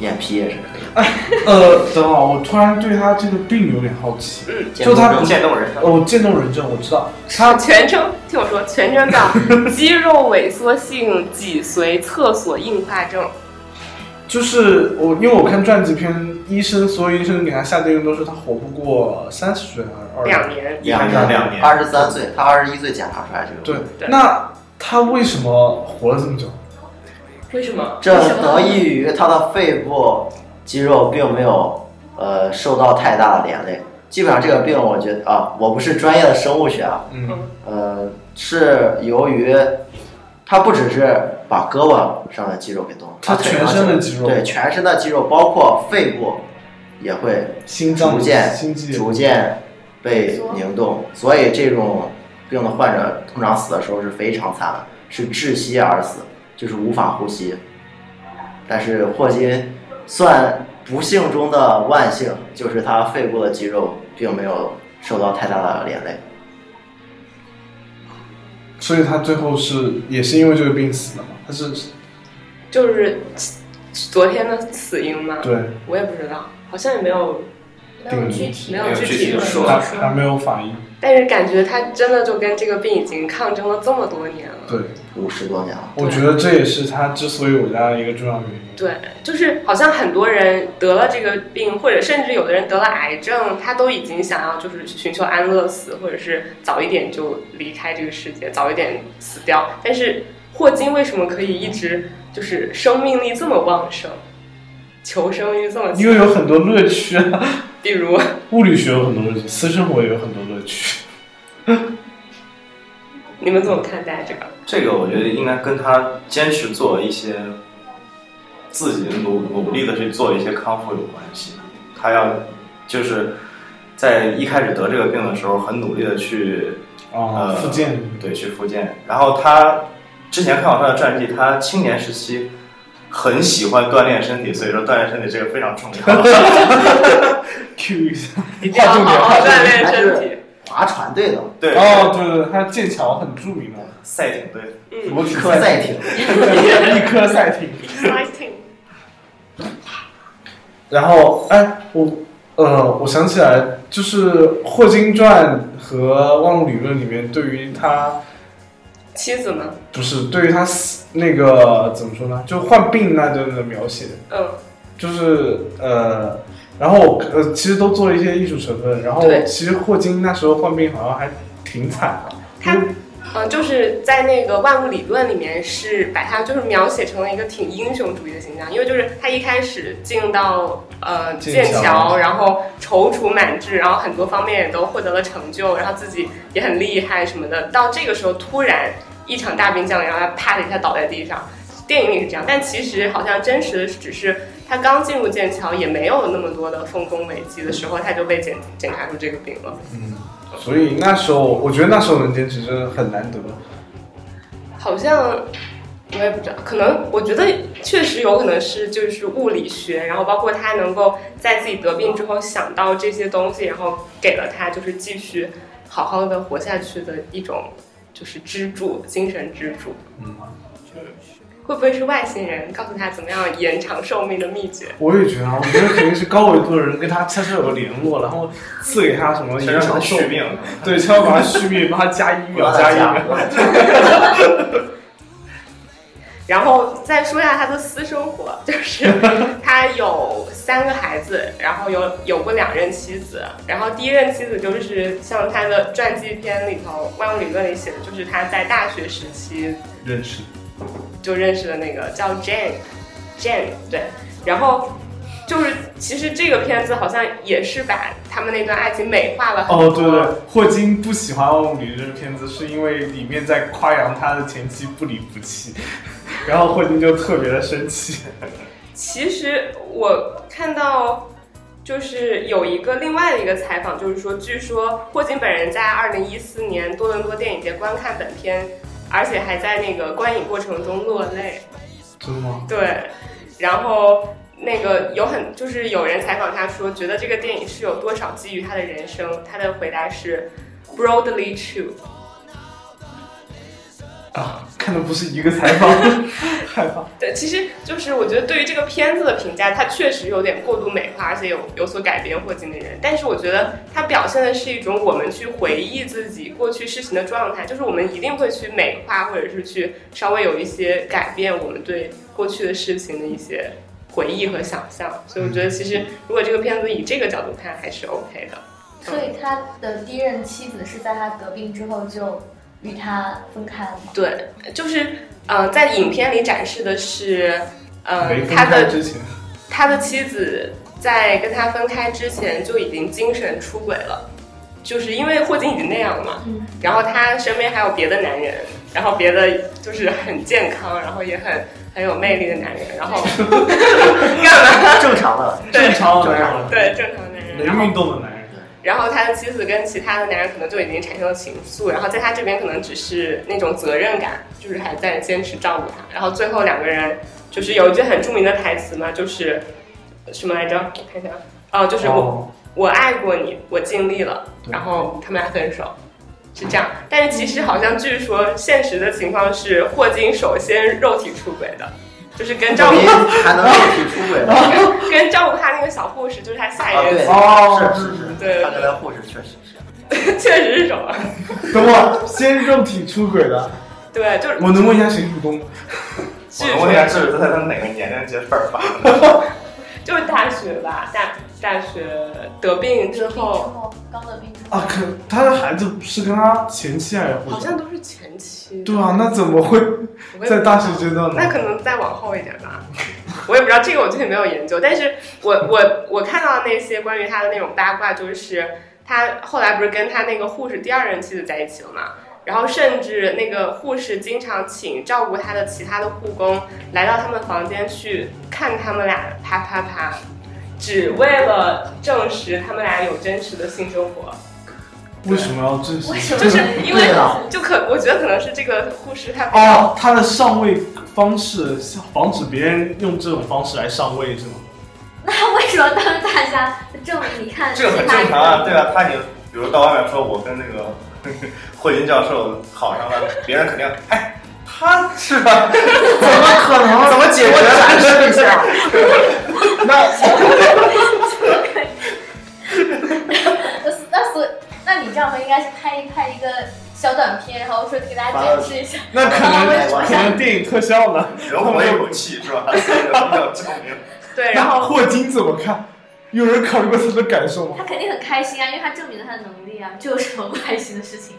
[SPEAKER 7] 眼皮也是可以的。
[SPEAKER 4] 呃，等会儿我突然对他这个病有点好奇。
[SPEAKER 5] 嗯，
[SPEAKER 7] 见
[SPEAKER 4] 就他
[SPEAKER 7] 过
[SPEAKER 4] 不
[SPEAKER 7] 这种
[SPEAKER 6] 渐冻人上。
[SPEAKER 4] 哦，渐冻人症我知道，他
[SPEAKER 5] 全称听我说，全称叫肌肉萎缩性脊髓侧索硬化症。
[SPEAKER 4] 就是我，因为我看传记片，医生所有医生给他下定论都是他活不过三十岁还是
[SPEAKER 5] 两
[SPEAKER 4] 二。
[SPEAKER 5] 年，
[SPEAKER 6] 一般是两年，
[SPEAKER 7] 二十三岁，他二十一岁检查出来这个。
[SPEAKER 4] 对，
[SPEAKER 5] 对
[SPEAKER 4] 那他为什么活了这么久？
[SPEAKER 5] 为什么？
[SPEAKER 7] 这得益于他的肺部肌肉并没有呃受到太大的连累。基本上这个病，我觉得啊，我不是专业的生物学啊，
[SPEAKER 4] 嗯，
[SPEAKER 7] 呃，是由于他不只是把胳膊上的肌肉给动了，
[SPEAKER 4] 他
[SPEAKER 7] 把腿上
[SPEAKER 4] 全身的肌肉
[SPEAKER 7] 对全身的肌肉，包括肺部也会
[SPEAKER 4] 心脏
[SPEAKER 7] 逐渐
[SPEAKER 4] 心肌
[SPEAKER 7] 逐渐被凝冻，所以这种病的患者通常死的时候是非常惨的，是窒息而死，就是无法呼吸。但是霍金算不幸中的万幸，就是他肺部的肌肉并没有受到太大的连累。
[SPEAKER 4] 所以他最后是也是因为这个病死的嘛？他是
[SPEAKER 5] 嗯就是昨天的死因吗？
[SPEAKER 4] 对，
[SPEAKER 5] 我也不知道，好像也没有，
[SPEAKER 2] 没有具体
[SPEAKER 5] 没有具体
[SPEAKER 6] 的说
[SPEAKER 4] 他他没有反应，
[SPEAKER 5] 但是感觉他真的就跟这个病已经抗争了这么多年了。
[SPEAKER 4] 对，
[SPEAKER 7] 五十多年了，
[SPEAKER 4] 我觉得这也是他之所以伟大的一个重要原因。
[SPEAKER 5] 对，就是好像很多人得了这个病，或者甚至有的人得了癌症，他都已经想要就是寻求安乐死，或者是早一点就离开这个世界，早一点死掉。但是霍金为什么可以一直就是生命力这么旺盛，求生欲这么
[SPEAKER 4] 因为
[SPEAKER 5] 强？
[SPEAKER 4] 有很多乐趣啊，
[SPEAKER 5] 比如，
[SPEAKER 4] 物理学有很多乐趣，私生活也有很多乐趣。
[SPEAKER 5] 你们怎么看待这个？
[SPEAKER 6] 这个我觉得应该跟他坚持做一些自己努努力的去做一些康复有关系。他要就是在一开始得这个病的时候，很努力的去
[SPEAKER 4] 啊，
[SPEAKER 6] 呃
[SPEAKER 4] 复健，
[SPEAKER 6] 对去复健。然后他之前看过他的传记，他青年时期很喜欢锻炼身体，所以说锻炼身体这个非常重要。
[SPEAKER 4] Q 一下，
[SPEAKER 5] 一定要好好锻炼
[SPEAKER 7] 还
[SPEAKER 5] 身体
[SPEAKER 7] 是。划船队的
[SPEAKER 6] 对，
[SPEAKER 4] 哦，对对对，他剑桥很著名的，
[SPEAKER 6] 赛艇队
[SPEAKER 4] 我
[SPEAKER 7] 一颗赛 艇，
[SPEAKER 4] 一颗赛艇。
[SPEAKER 5] Exciting
[SPEAKER 4] 然后，哎，我呃，我想起来，就是《霍金传》和《万物理论》里面对于他
[SPEAKER 5] 妻子吗？
[SPEAKER 4] 不是对于他死那个怎么说呢，就患病那段的描写，
[SPEAKER 5] 嗯，
[SPEAKER 4] 就是呃，然后呃，其实都做了一些艺术成分。然后
[SPEAKER 5] 对
[SPEAKER 4] 其实霍金那时候患病好像还挺惨的，
[SPEAKER 5] 他
[SPEAKER 4] 因为
[SPEAKER 5] 嗯，就是在那个万物理论里面是把他就是描写成了一个挺英雄主义的形象，因为就是他一开始进到呃
[SPEAKER 4] 剑
[SPEAKER 5] 剑
[SPEAKER 4] 桥
[SPEAKER 5] 桥，然后踌躇满志，然后很多方面也都获得了成就，然后自己也很厉害什么的。到这个时候突然一场大病降临，然后他啪的一下倒在地上。电影里是这样，但其实好像真实的只是他刚进入剑桥，也没有那么多的丰功伟绩的时候，他就被检检查出这个病了。
[SPEAKER 4] 所以那时候我觉得那时候能坚持真的很难得。
[SPEAKER 5] 好像我也不知道，可能我觉得确实有可能是就是物理学，然后包括他能够在自己得病之后想到这些东西，然后给了他就是继续好好的活下去的一种就是支柱，精神支柱。嗯。会不会是外星人告诉他怎么样延长寿命的秘诀？
[SPEAKER 4] 我也觉得啊，我觉得肯定是高维度的人跟他悄悄有联络，然后赐给他什么
[SPEAKER 6] 身
[SPEAKER 4] 延
[SPEAKER 6] 上
[SPEAKER 4] 长
[SPEAKER 6] 的
[SPEAKER 4] 寿
[SPEAKER 6] 续
[SPEAKER 4] 命，
[SPEAKER 6] 命，
[SPEAKER 4] 对，悄悄把他续命，帮他加一秒， 加一秒。
[SPEAKER 5] 然后再说一下他的私生活，就是 他有三个孩子，然后有有过两任妻子，然后第一任妻子就是像他的传记片里头《万物理论》里写的，就是他在大学时期
[SPEAKER 4] 认识
[SPEAKER 5] 就认识的那个叫 Jane，Jane 对，然后就是其实这个片子好像也是把他们那段爱情美化了很多。
[SPEAKER 4] 哦，对对，霍金不喜欢《万物理论》这个片子，是因为里面在夸扬他的前妻不离不弃， 然后霍金就特别的生气。
[SPEAKER 5] 其实我看到就是有一个另外的一个采访，就是说，据说霍金本人在二零一四年多伦多电影节观看本片，而且还在那个观影过程中落泪。
[SPEAKER 4] 真的吗？
[SPEAKER 5] 对，然后那个有很就是有人采访他说，觉得这个电影是有多少基于他的人生，他的回答是 broadly true。
[SPEAKER 4] 啊，看的不是一个采 访，害怕。
[SPEAKER 5] 对，其实就是我觉得对于这个片子的评价，它确实有点过度美化，而且有有所改变霍金的人。但是我觉得它表现的是一种我们去回忆自己过去事情的状态，就是我们一定会去美化，或者是去稍微有一些改变我们对过去的事情的一些回忆和想象。所以我觉得，其实如果这个片子以这个角度看，还是 OK 的。
[SPEAKER 2] 所以他的第一任妻子是在他得病之后就与他分开了吗？
[SPEAKER 5] 对，就是呃，在影片里展示的是呃
[SPEAKER 4] 没分
[SPEAKER 5] 他
[SPEAKER 4] 开
[SPEAKER 5] 的
[SPEAKER 4] 之前，
[SPEAKER 5] 他的妻子在跟他分开之前就已经精神出轨了，就是因为霍金已经那样了嘛。
[SPEAKER 2] 嗯
[SPEAKER 5] 然后他身边还有别的男人，然后别的就是很健康，然后也很很有魅力的男人，然后干嘛？
[SPEAKER 7] 正常 的，
[SPEAKER 5] 对
[SPEAKER 4] 正常的
[SPEAKER 7] 正
[SPEAKER 4] 男
[SPEAKER 7] 常
[SPEAKER 4] 人，
[SPEAKER 5] 对，正常的男人。然后
[SPEAKER 4] 能运动的男人，
[SPEAKER 5] 然后他的妻子跟其他的男人可能就已经产生了情愫，然后在他这边可能只是那种责任感，就是还在坚持照顾他。然后最后两个人就是有一句很著名的台词嘛，就是什么来着？我看一下啊，哦，就是我、
[SPEAKER 4] 哦
[SPEAKER 5] 我爱过你，我尽力了，
[SPEAKER 4] 对
[SPEAKER 5] 然后他们俩分手。是这样，但是其实好像据说现实的情况是霍金首先肉体出轨的，就是跟 照顾
[SPEAKER 7] 还能肉体出 轨吗？
[SPEAKER 5] 跟照顾他那个小护士，就是他下一
[SPEAKER 7] 啊，
[SPEAKER 5] 任
[SPEAKER 7] 对，
[SPEAKER 5] 妻，
[SPEAKER 4] 哦
[SPEAKER 7] 是是是，
[SPEAKER 5] 对
[SPEAKER 7] 他跟他护士确实 是。
[SPEAKER 5] 确实是什么？
[SPEAKER 4] 等会儿先肉体出轨的，
[SPEAKER 5] 对，就是
[SPEAKER 4] 我能问一下谁主动？
[SPEAKER 5] 据
[SPEAKER 6] 我
[SPEAKER 5] 说
[SPEAKER 6] 问一下，这是在他哪个年龄阶段发生的？
[SPEAKER 5] 就是大学吧，大大学得病之
[SPEAKER 2] 得病之
[SPEAKER 5] 后，
[SPEAKER 2] 后，刚得病之后，
[SPEAKER 4] 啊，可他的孩子是跟他前妻还是
[SPEAKER 5] 好
[SPEAKER 4] 或
[SPEAKER 5] 像
[SPEAKER 4] 者？
[SPEAKER 5] 都是前期。
[SPEAKER 4] 对啊，那怎么会
[SPEAKER 5] 我也
[SPEAKER 4] 在大学阶段
[SPEAKER 5] 那
[SPEAKER 4] 呢？
[SPEAKER 5] 可能再往后一点吧，我也不知道这个，我具体没有研究。但是我我我看到那些关于他的那种八卦，就是他后来不是跟他那个护士第二任妻子在一起了嘛？然后甚至那个护士经常请照顾他的其他的护工来到他们房间去看他们俩啪啪啪，只为了证实他们俩有真实的性生活。
[SPEAKER 4] 为什么要证实？
[SPEAKER 2] 为什么
[SPEAKER 5] 就是因为啊
[SPEAKER 7] 对 啊
[SPEAKER 5] 就可，我觉得可能是这个护士他比较
[SPEAKER 4] 哦，他的上位方式，防止别人用这种方式来上位是 吗？
[SPEAKER 2] 那为什么当着大家的证明你看
[SPEAKER 6] 这个
[SPEAKER 2] 其
[SPEAKER 6] 很
[SPEAKER 2] 他
[SPEAKER 6] 正
[SPEAKER 2] 人
[SPEAKER 6] 常 啊，对啊，他你比如到外面说我跟那个 霍金教授好上了，别人肯定哎，他是吧？
[SPEAKER 7] 怎么可
[SPEAKER 5] 啊
[SPEAKER 7] 能？怎么解决？展示一下。
[SPEAKER 2] 那所那所那你这样说应该是拍一拍一个小短片，然后说给大家展示一下。
[SPEAKER 4] 那可
[SPEAKER 2] 然后
[SPEAKER 4] 能
[SPEAKER 2] 我
[SPEAKER 4] 可能电影特效呢？
[SPEAKER 6] 人活一口气是吧？ 这个比较重要。
[SPEAKER 5] 对，然
[SPEAKER 4] 那
[SPEAKER 5] 后
[SPEAKER 4] 霍金怎么看？有人考虑过他的感受吗？
[SPEAKER 2] 他肯定很开心啊，因为他证明了他的能力啊，这有什么不开心的事情？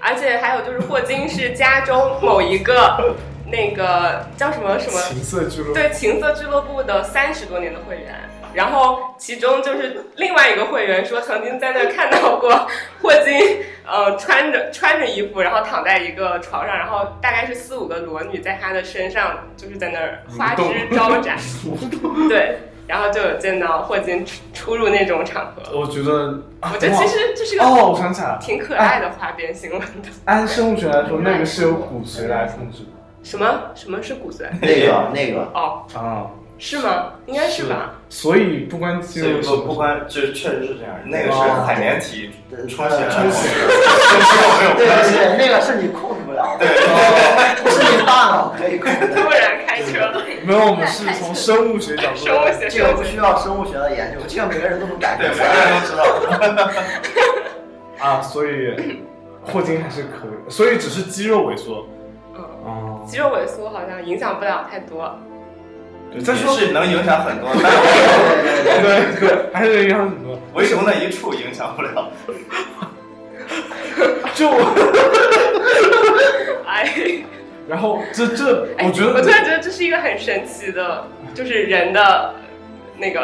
[SPEAKER 5] 而且还有就是霍金是加州某一个那个叫什么什么
[SPEAKER 4] 情色俱乐部，
[SPEAKER 5] 对情色俱乐部的三十多年的会员，然后其中就是另外一个会员说曾经在那儿看到过霍金，呃，穿着穿着衣服，然后躺在一个床上，然后大概是四五个裸女在他的身上，就是在那儿花枝招展，对，然后就有见到霍金出出入那种场合，
[SPEAKER 4] 我觉得，
[SPEAKER 5] 我觉得其实这是个
[SPEAKER 4] 哦，我想起来了，
[SPEAKER 5] 挺可爱的花边新闻的。
[SPEAKER 4] 按生物学来说，那个是由骨髓来控制
[SPEAKER 5] 什么什么是骨髓？
[SPEAKER 7] 那个那个，
[SPEAKER 5] 哦，
[SPEAKER 4] 的啊，
[SPEAKER 5] 是吗？应该是吧。
[SPEAKER 4] 所以不关肌
[SPEAKER 6] 所以
[SPEAKER 4] 肉
[SPEAKER 6] 不不关，就是确实是这样。那个是海绵体
[SPEAKER 7] 呃
[SPEAKER 6] 充血，
[SPEAKER 4] 充血
[SPEAKER 6] 没有没
[SPEAKER 7] 对
[SPEAKER 6] 有关
[SPEAKER 7] 对
[SPEAKER 6] 系。
[SPEAKER 7] 对，那个是你控制不了的，不是你大脑可以控制
[SPEAKER 5] 突
[SPEAKER 7] 的，
[SPEAKER 5] 然开车了，
[SPEAKER 4] 没有，我们是从生物学角度
[SPEAKER 5] 生物
[SPEAKER 4] 来。
[SPEAKER 5] 学
[SPEAKER 7] 这个
[SPEAKER 5] 生
[SPEAKER 7] 不
[SPEAKER 5] 物学
[SPEAKER 7] 需要生物学的研究，这个每个人都能感
[SPEAKER 6] 对，
[SPEAKER 7] 觉
[SPEAKER 6] 每
[SPEAKER 7] 出
[SPEAKER 6] 个
[SPEAKER 7] 来。
[SPEAKER 6] 人都知道。
[SPEAKER 4] 啊，所 以霍金还是可以，所以只是肌肉萎缩。
[SPEAKER 5] 嗯，
[SPEAKER 4] 哦，
[SPEAKER 5] 肌肉萎缩好像影响不了太多。
[SPEAKER 4] 再说
[SPEAKER 6] 是能影响很多，但是
[SPEAKER 4] 对对，还是一样很多。
[SPEAKER 6] 唯独那一处影响不了。
[SPEAKER 4] 就
[SPEAKER 5] 哎，
[SPEAKER 4] 然后这这，
[SPEAKER 5] 哎
[SPEAKER 4] 我觉得
[SPEAKER 5] 我突然觉得这是一个很神奇的，就是人的那 个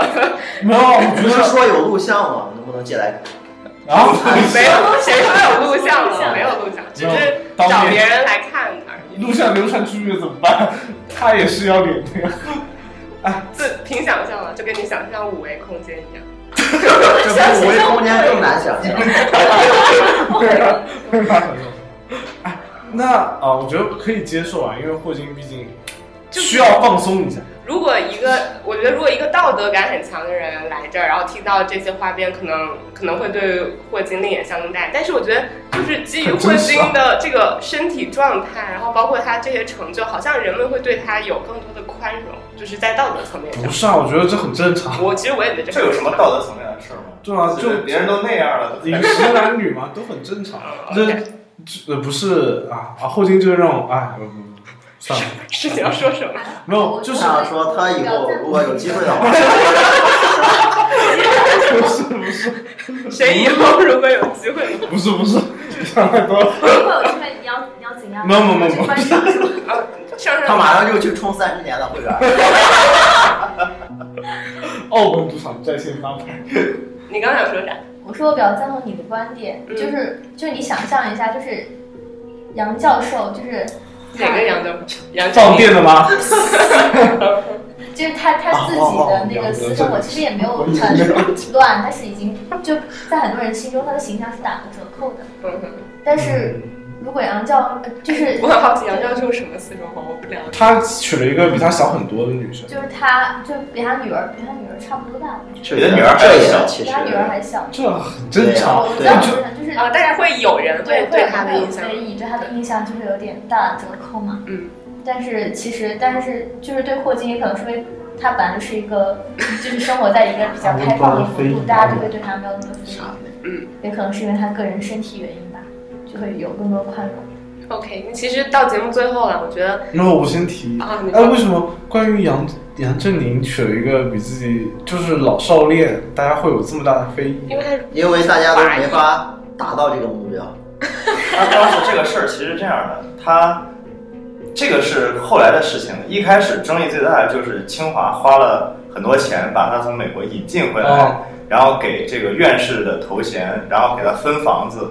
[SPEAKER 4] 没有，我觉
[SPEAKER 7] 不是
[SPEAKER 4] 得
[SPEAKER 7] 说有录像吗？能不能借来？
[SPEAKER 4] 然后
[SPEAKER 5] 没有，谁说有录像了？没有录像，只
[SPEAKER 4] 没
[SPEAKER 5] 是
[SPEAKER 4] 有当
[SPEAKER 5] 找
[SPEAKER 4] 面
[SPEAKER 5] 别人来看而已。
[SPEAKER 4] 录像流传出去怎么办？他也是要脸的呀。
[SPEAKER 5] 这凭想象了，啊就跟你想象五维空间一样。
[SPEAKER 7] 这比五维空间更难想象。
[SPEAKER 4] 会发生这种。哎，那啊，我觉得可以接受啊，因为霍金毕竟
[SPEAKER 5] 就是
[SPEAKER 4] 需要放松一下。
[SPEAKER 5] 如果一个，我觉得如果一个道德感很强的人来这儿，然后听到这些花边，可能可能会对霍金另眼相待。但是我觉得，就是基于霍金的这个身体状态，然后包括他这些成就，好像人们会对他有更多的宽容，就是在道德层面
[SPEAKER 4] 不
[SPEAKER 5] 上。
[SPEAKER 4] 是啊，我觉得这很正常。
[SPEAKER 5] 我其实我也觉得
[SPEAKER 6] 这有什么道德层面的事儿吗？
[SPEAKER 4] 对啊，
[SPEAKER 6] 就是
[SPEAKER 4] 就
[SPEAKER 6] 别人都那样了，
[SPEAKER 4] 饮食男女嘛，都很正常。这
[SPEAKER 5] OK
[SPEAKER 4] 这呃不是啊啊，霍金这个让我哎，不不不算了，
[SPEAKER 5] 是你要说什么？
[SPEAKER 4] 没有，就是
[SPEAKER 7] 想说他以后如果有机会的话，
[SPEAKER 4] 不是不是
[SPEAKER 5] 谁以后如果有机会的话，
[SPEAKER 4] 不是不是，想太多了。
[SPEAKER 2] 如果有机会，你要你要怎样？
[SPEAKER 4] 没有没有没有
[SPEAKER 2] 去观赏是吗
[SPEAKER 5] 啊，上
[SPEAKER 7] 他
[SPEAKER 5] 上
[SPEAKER 7] 马上就去充三十年的会员。
[SPEAKER 4] 澳门赌场在线发牌，
[SPEAKER 5] 你刚想说啥？
[SPEAKER 2] 我说我比较赞同你的观点，
[SPEAKER 5] 嗯
[SPEAKER 2] 就是就是你想象一下，就是杨教授，就是
[SPEAKER 5] 哪个杨教杨教
[SPEAKER 4] 放电的吗？
[SPEAKER 2] 就是他他自己的那个私生活其实也没有很乱，但是已经就在很多人心中他的形象是打了折扣的。
[SPEAKER 5] 嗯
[SPEAKER 2] 但是
[SPEAKER 4] 嗯
[SPEAKER 2] 如果杨教呃就是
[SPEAKER 5] 我很好奇杨教授什么私生活，我不了解。
[SPEAKER 4] 他娶了一个比他小很多的女生，
[SPEAKER 2] 就是他就比他女儿比他女儿差不多大，
[SPEAKER 7] 这
[SPEAKER 6] 你的女儿还
[SPEAKER 7] 这也
[SPEAKER 6] 小
[SPEAKER 7] 其
[SPEAKER 2] 比
[SPEAKER 7] 实啊
[SPEAKER 2] 他女儿还小。
[SPEAKER 4] 这很正常。
[SPEAKER 2] 我
[SPEAKER 7] 对
[SPEAKER 2] 在我身上就是
[SPEAKER 5] 啊，但是会有人会
[SPEAKER 2] 对
[SPEAKER 5] 对他的印象
[SPEAKER 2] 所。以对他的印象就是有点大打折扣嘛。
[SPEAKER 5] 嗯。
[SPEAKER 2] 但是其实，但是就是对霍金，也可能是因为他本来就是一个，就是生活在一个比较开放的国度，大家就会对他没有那么非议。
[SPEAKER 5] 嗯。
[SPEAKER 2] 也可能是因为他个人身体原因吧，就会有更多宽容。
[SPEAKER 5] OK，那其实到节目最后了，我觉得
[SPEAKER 4] 哎那我先提，
[SPEAKER 5] 啊，你
[SPEAKER 4] 哎，
[SPEAKER 5] 说
[SPEAKER 4] 为什么关于杨杨振宁娶了一个比自己就是老少恋，大家会有这么大的非议？
[SPEAKER 5] 因为他是
[SPEAKER 7] 因为大家都没法达到这个目标。
[SPEAKER 6] 他当时这个事儿其实这样的，他这个是后来的事情。一开始争议最大的就是清华花了很多钱把他从美国引进回来，
[SPEAKER 4] 哦
[SPEAKER 6] 然后给这个院士的头衔，然后给他分房子。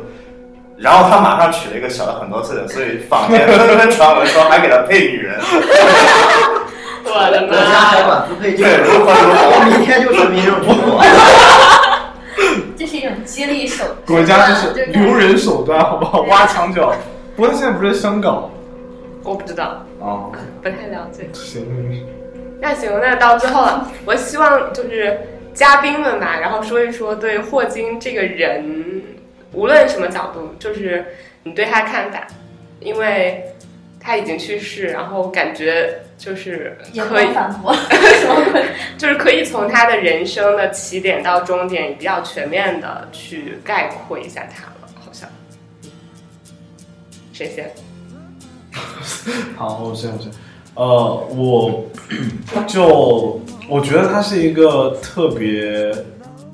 [SPEAKER 6] 然后他马上娶了一个小了很多岁的，所以坊间纷纷传闻说还给他配女人，
[SPEAKER 5] 我的
[SPEAKER 7] 国家还
[SPEAKER 5] 妈！
[SPEAKER 7] 管不配这
[SPEAKER 6] 对，
[SPEAKER 7] 个，
[SPEAKER 6] 如何如何。
[SPEAKER 7] 我明天就是民政局 我。
[SPEAKER 2] 这是一种激励手段，
[SPEAKER 4] 国家就是
[SPEAKER 2] 对
[SPEAKER 4] 留人手段，好不好？
[SPEAKER 5] 啊
[SPEAKER 4] 挖墙脚。不过现在不是在香港
[SPEAKER 5] 我不知道，
[SPEAKER 4] 啊，
[SPEAKER 5] 不太了解。
[SPEAKER 4] 行，
[SPEAKER 5] 那行，那到最后了，我希望就是嘉宾们吧，然后说一说对霍金这个人，无论什么角度，就是你对他看法，因为他已经去世，然后感觉就是
[SPEAKER 2] 也不
[SPEAKER 5] 可以
[SPEAKER 2] 能反 驳，什么鬼？
[SPEAKER 5] 就是可以从他的人生的起点到终点，比较全面的去概括一下他了，好像。谁先？
[SPEAKER 4] 好，我先我先，呃，我就我觉得他是一个特别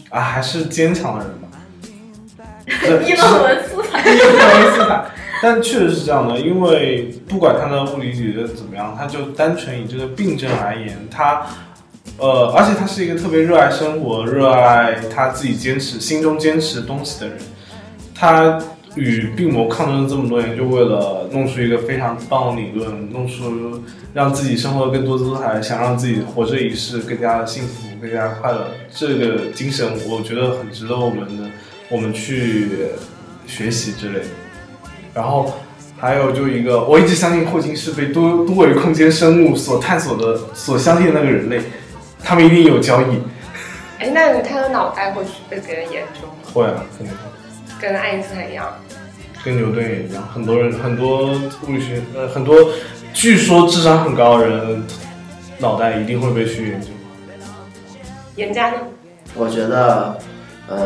[SPEAKER 4] 啊，还是坚强的人 吧。对
[SPEAKER 2] 议论文素材。
[SPEAKER 4] 一斯坦，但确实是这样的，因为不管他的物理理论怎么样，他就单纯以这个病症而言，他呃，而且他是一个特别热爱生活、热爱他自己坚持、心中坚持东西的人。他与病魔抗争了这么多年，就为了弄出一个非常棒的理论，弄出让自己生活更多姿多彩，想让自己活这一世更加幸福、更加快乐。这个精神，我觉得很值得我们的我们去学习之类的。然后还有就一个，我一直相信霍金是被多多维空间生物所探索的、所相信的那个人类，他们一定有交易。
[SPEAKER 5] 哎，那你他的脑袋会被别人研究吗？
[SPEAKER 4] 会啊，肯定
[SPEAKER 5] 跟爱因斯坦一样？
[SPEAKER 4] 跟牛顿也一样，很多人很多物理学呃很多，据说智商很高的人，脑袋一定会被去研究。
[SPEAKER 5] 严家呢？
[SPEAKER 7] 我觉得，嗯，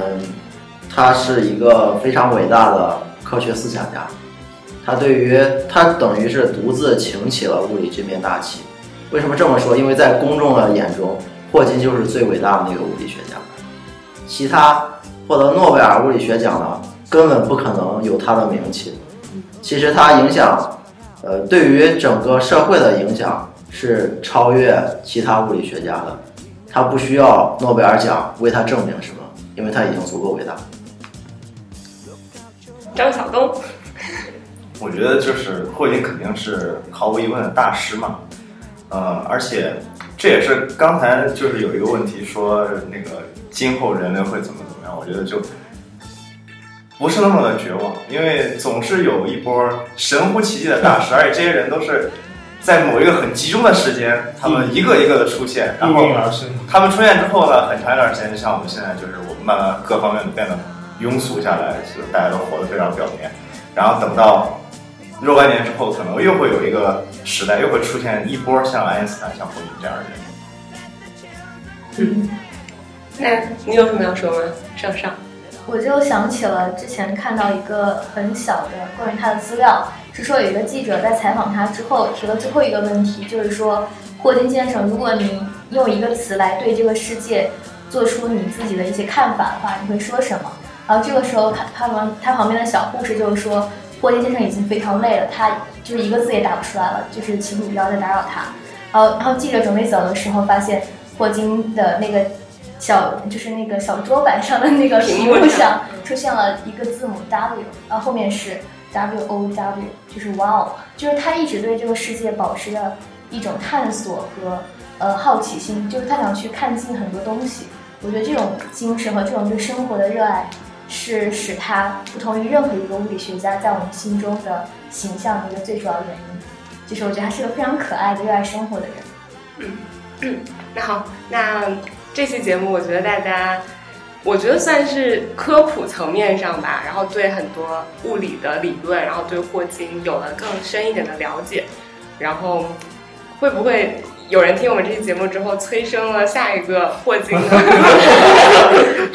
[SPEAKER 7] 他是一个非常伟大的科学思想家，他对于他等于是独自擎起了物理这面大旗。为什么这么说？因为在公众的眼中，霍金就是最伟大的那个物理学家，其他获得诺贝尔物理学奖的根本不可能有他的名气。其实他影响，呃，对于整个社会的影响是超越其他物理学家的。他不需要诺贝尔奖为他证明什么，因为他已经足够伟大。
[SPEAKER 5] 张晓东？
[SPEAKER 6] 我觉得就是霍金肯定是毫无疑问的大师嘛，呃，而且这也是刚才就是有一个问题说那个今后人类会怎么怎么样，我觉得就不是那么的绝望，因为总是有一波神乎其技的大师，而且这些人都是在某一个很集中的时间，他们一个一个的出现，然
[SPEAKER 4] 应
[SPEAKER 6] 后
[SPEAKER 4] 运而生。
[SPEAKER 6] 他们出现之后呢，很长一段时间，就像我们现在就是我们慢慢各方面都变得庸俗下来，就是大家都活得非常表面。然后等到若干年之后，可能又会有一个时代，又会出现一波像爱因斯坦、像霍金这样的人。
[SPEAKER 5] 那你有什么要说吗？上上，
[SPEAKER 2] 我就想起了之前看到一个很小的关于他的资料，是说有一个记者在采访他之后提了最后一个问题，就是说霍金先生，如果你用一个词来对这个世界做出你自己的一些看法的话，你会说什么？然后这个时候他他旁他旁边的小护士就是说，霍金先生已经非常累了，他就是一个字也打不出来了，就是请你不要再打扰他。然后然后记者准备走的时候，发现霍金的那个小就是那个小桌板上的那个
[SPEAKER 5] 屏
[SPEAKER 2] 屏
[SPEAKER 5] 幕
[SPEAKER 2] 幕
[SPEAKER 5] 上
[SPEAKER 2] 上出现了一个字母 W，啊后面是 W O W，就是哇哦，就是他一直对这个世界保持着一种探索和呃好奇心，就是他想去看尽很多东西。我觉得这种精神和这种对生活的热爱，是使他不同于任何一个物理学家在我们心中的形象的一个最主要原因。就是我觉得他是个非常可爱的、热爱生活的人。
[SPEAKER 5] 那好，那这期节目我觉得大家，我觉得算是科普层面上吧，然后对很多物理的理论，然后对霍金有了更深一点的了解，然后会不会有人听我们这期节目之后催生了下一个霍金呢？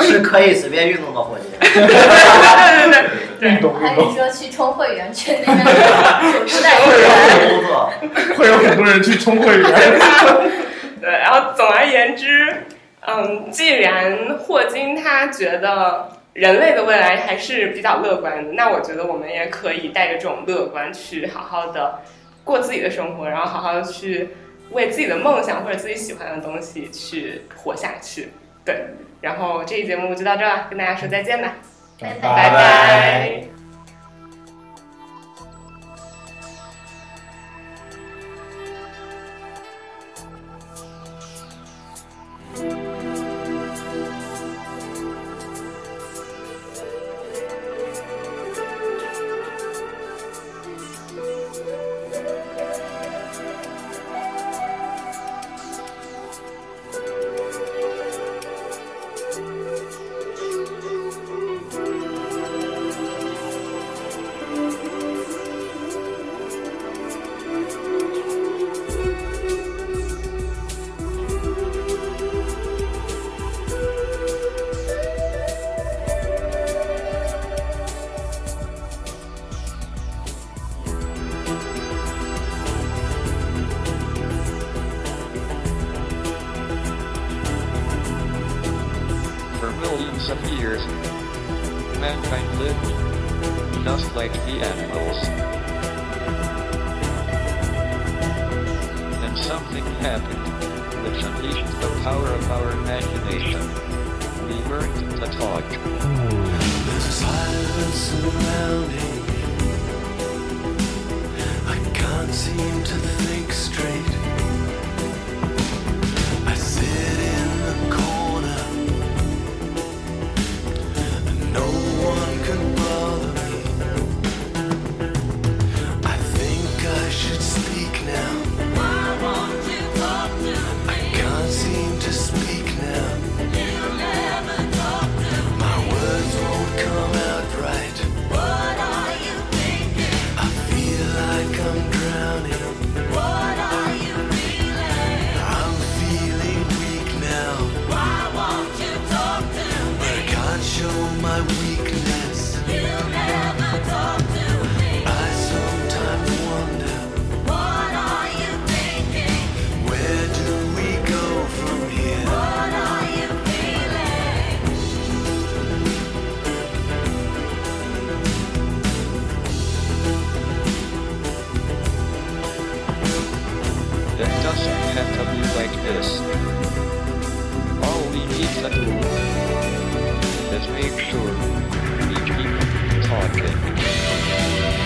[SPEAKER 7] 是可以随便运动的 霍金。
[SPEAKER 5] 对对对对
[SPEAKER 4] 运动
[SPEAKER 2] 还
[SPEAKER 4] 运
[SPEAKER 2] 是
[SPEAKER 4] 动，
[SPEAKER 2] 说去充会员去那边不带会员？
[SPEAKER 7] 工作，
[SPEAKER 4] 会有很多人去充会员。
[SPEAKER 5] 对，然后总而言之，嗯，既然霍金他觉得人类的未来还是比较乐观的，那我觉得我们也可以带着这种乐观去好好的过自己的生活，然后好好地去为自己的梦想或者自己喜欢的东西去活下去。对，然后这期节目就到这儿了，跟大家说再见吧，
[SPEAKER 2] 拜拜
[SPEAKER 5] 拜拜
[SPEAKER 8] thousands of years, mankind lived just like the animals. Then something happened, which unleashed the power of our imagination. We learned to talk. It doesn't have to be like this. All we need to do is make sure we keep talking.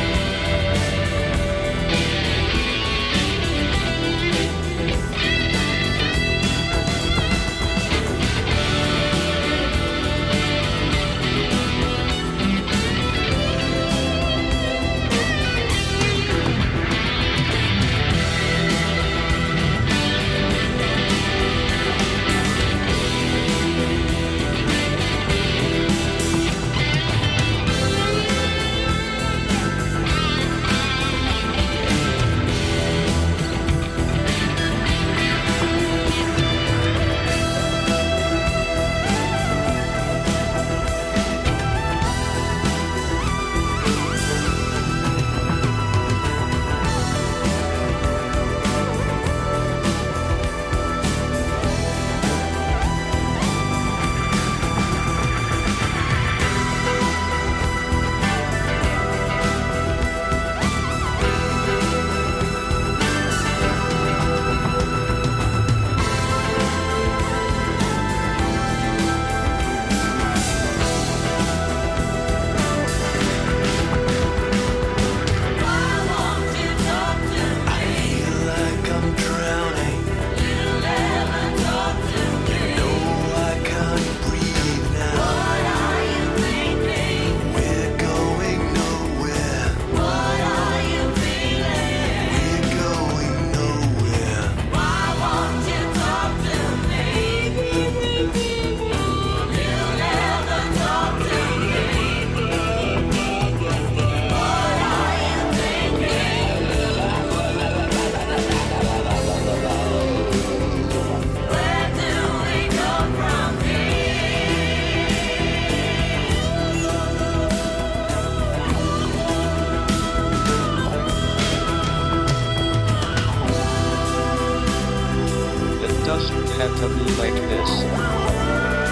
[SPEAKER 8] It doesn't have to be like this.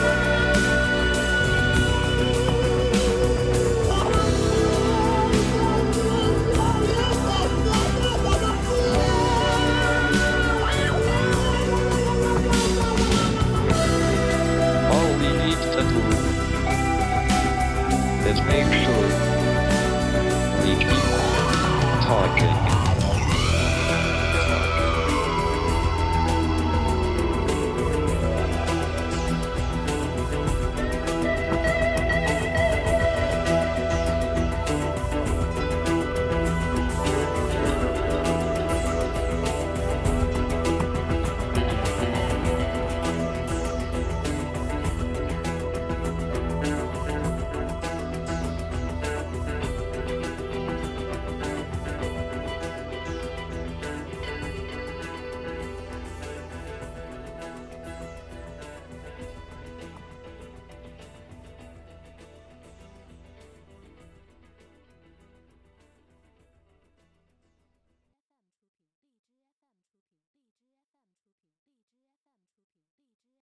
[SPEAKER 8] All we need to do is make sure we keep talking.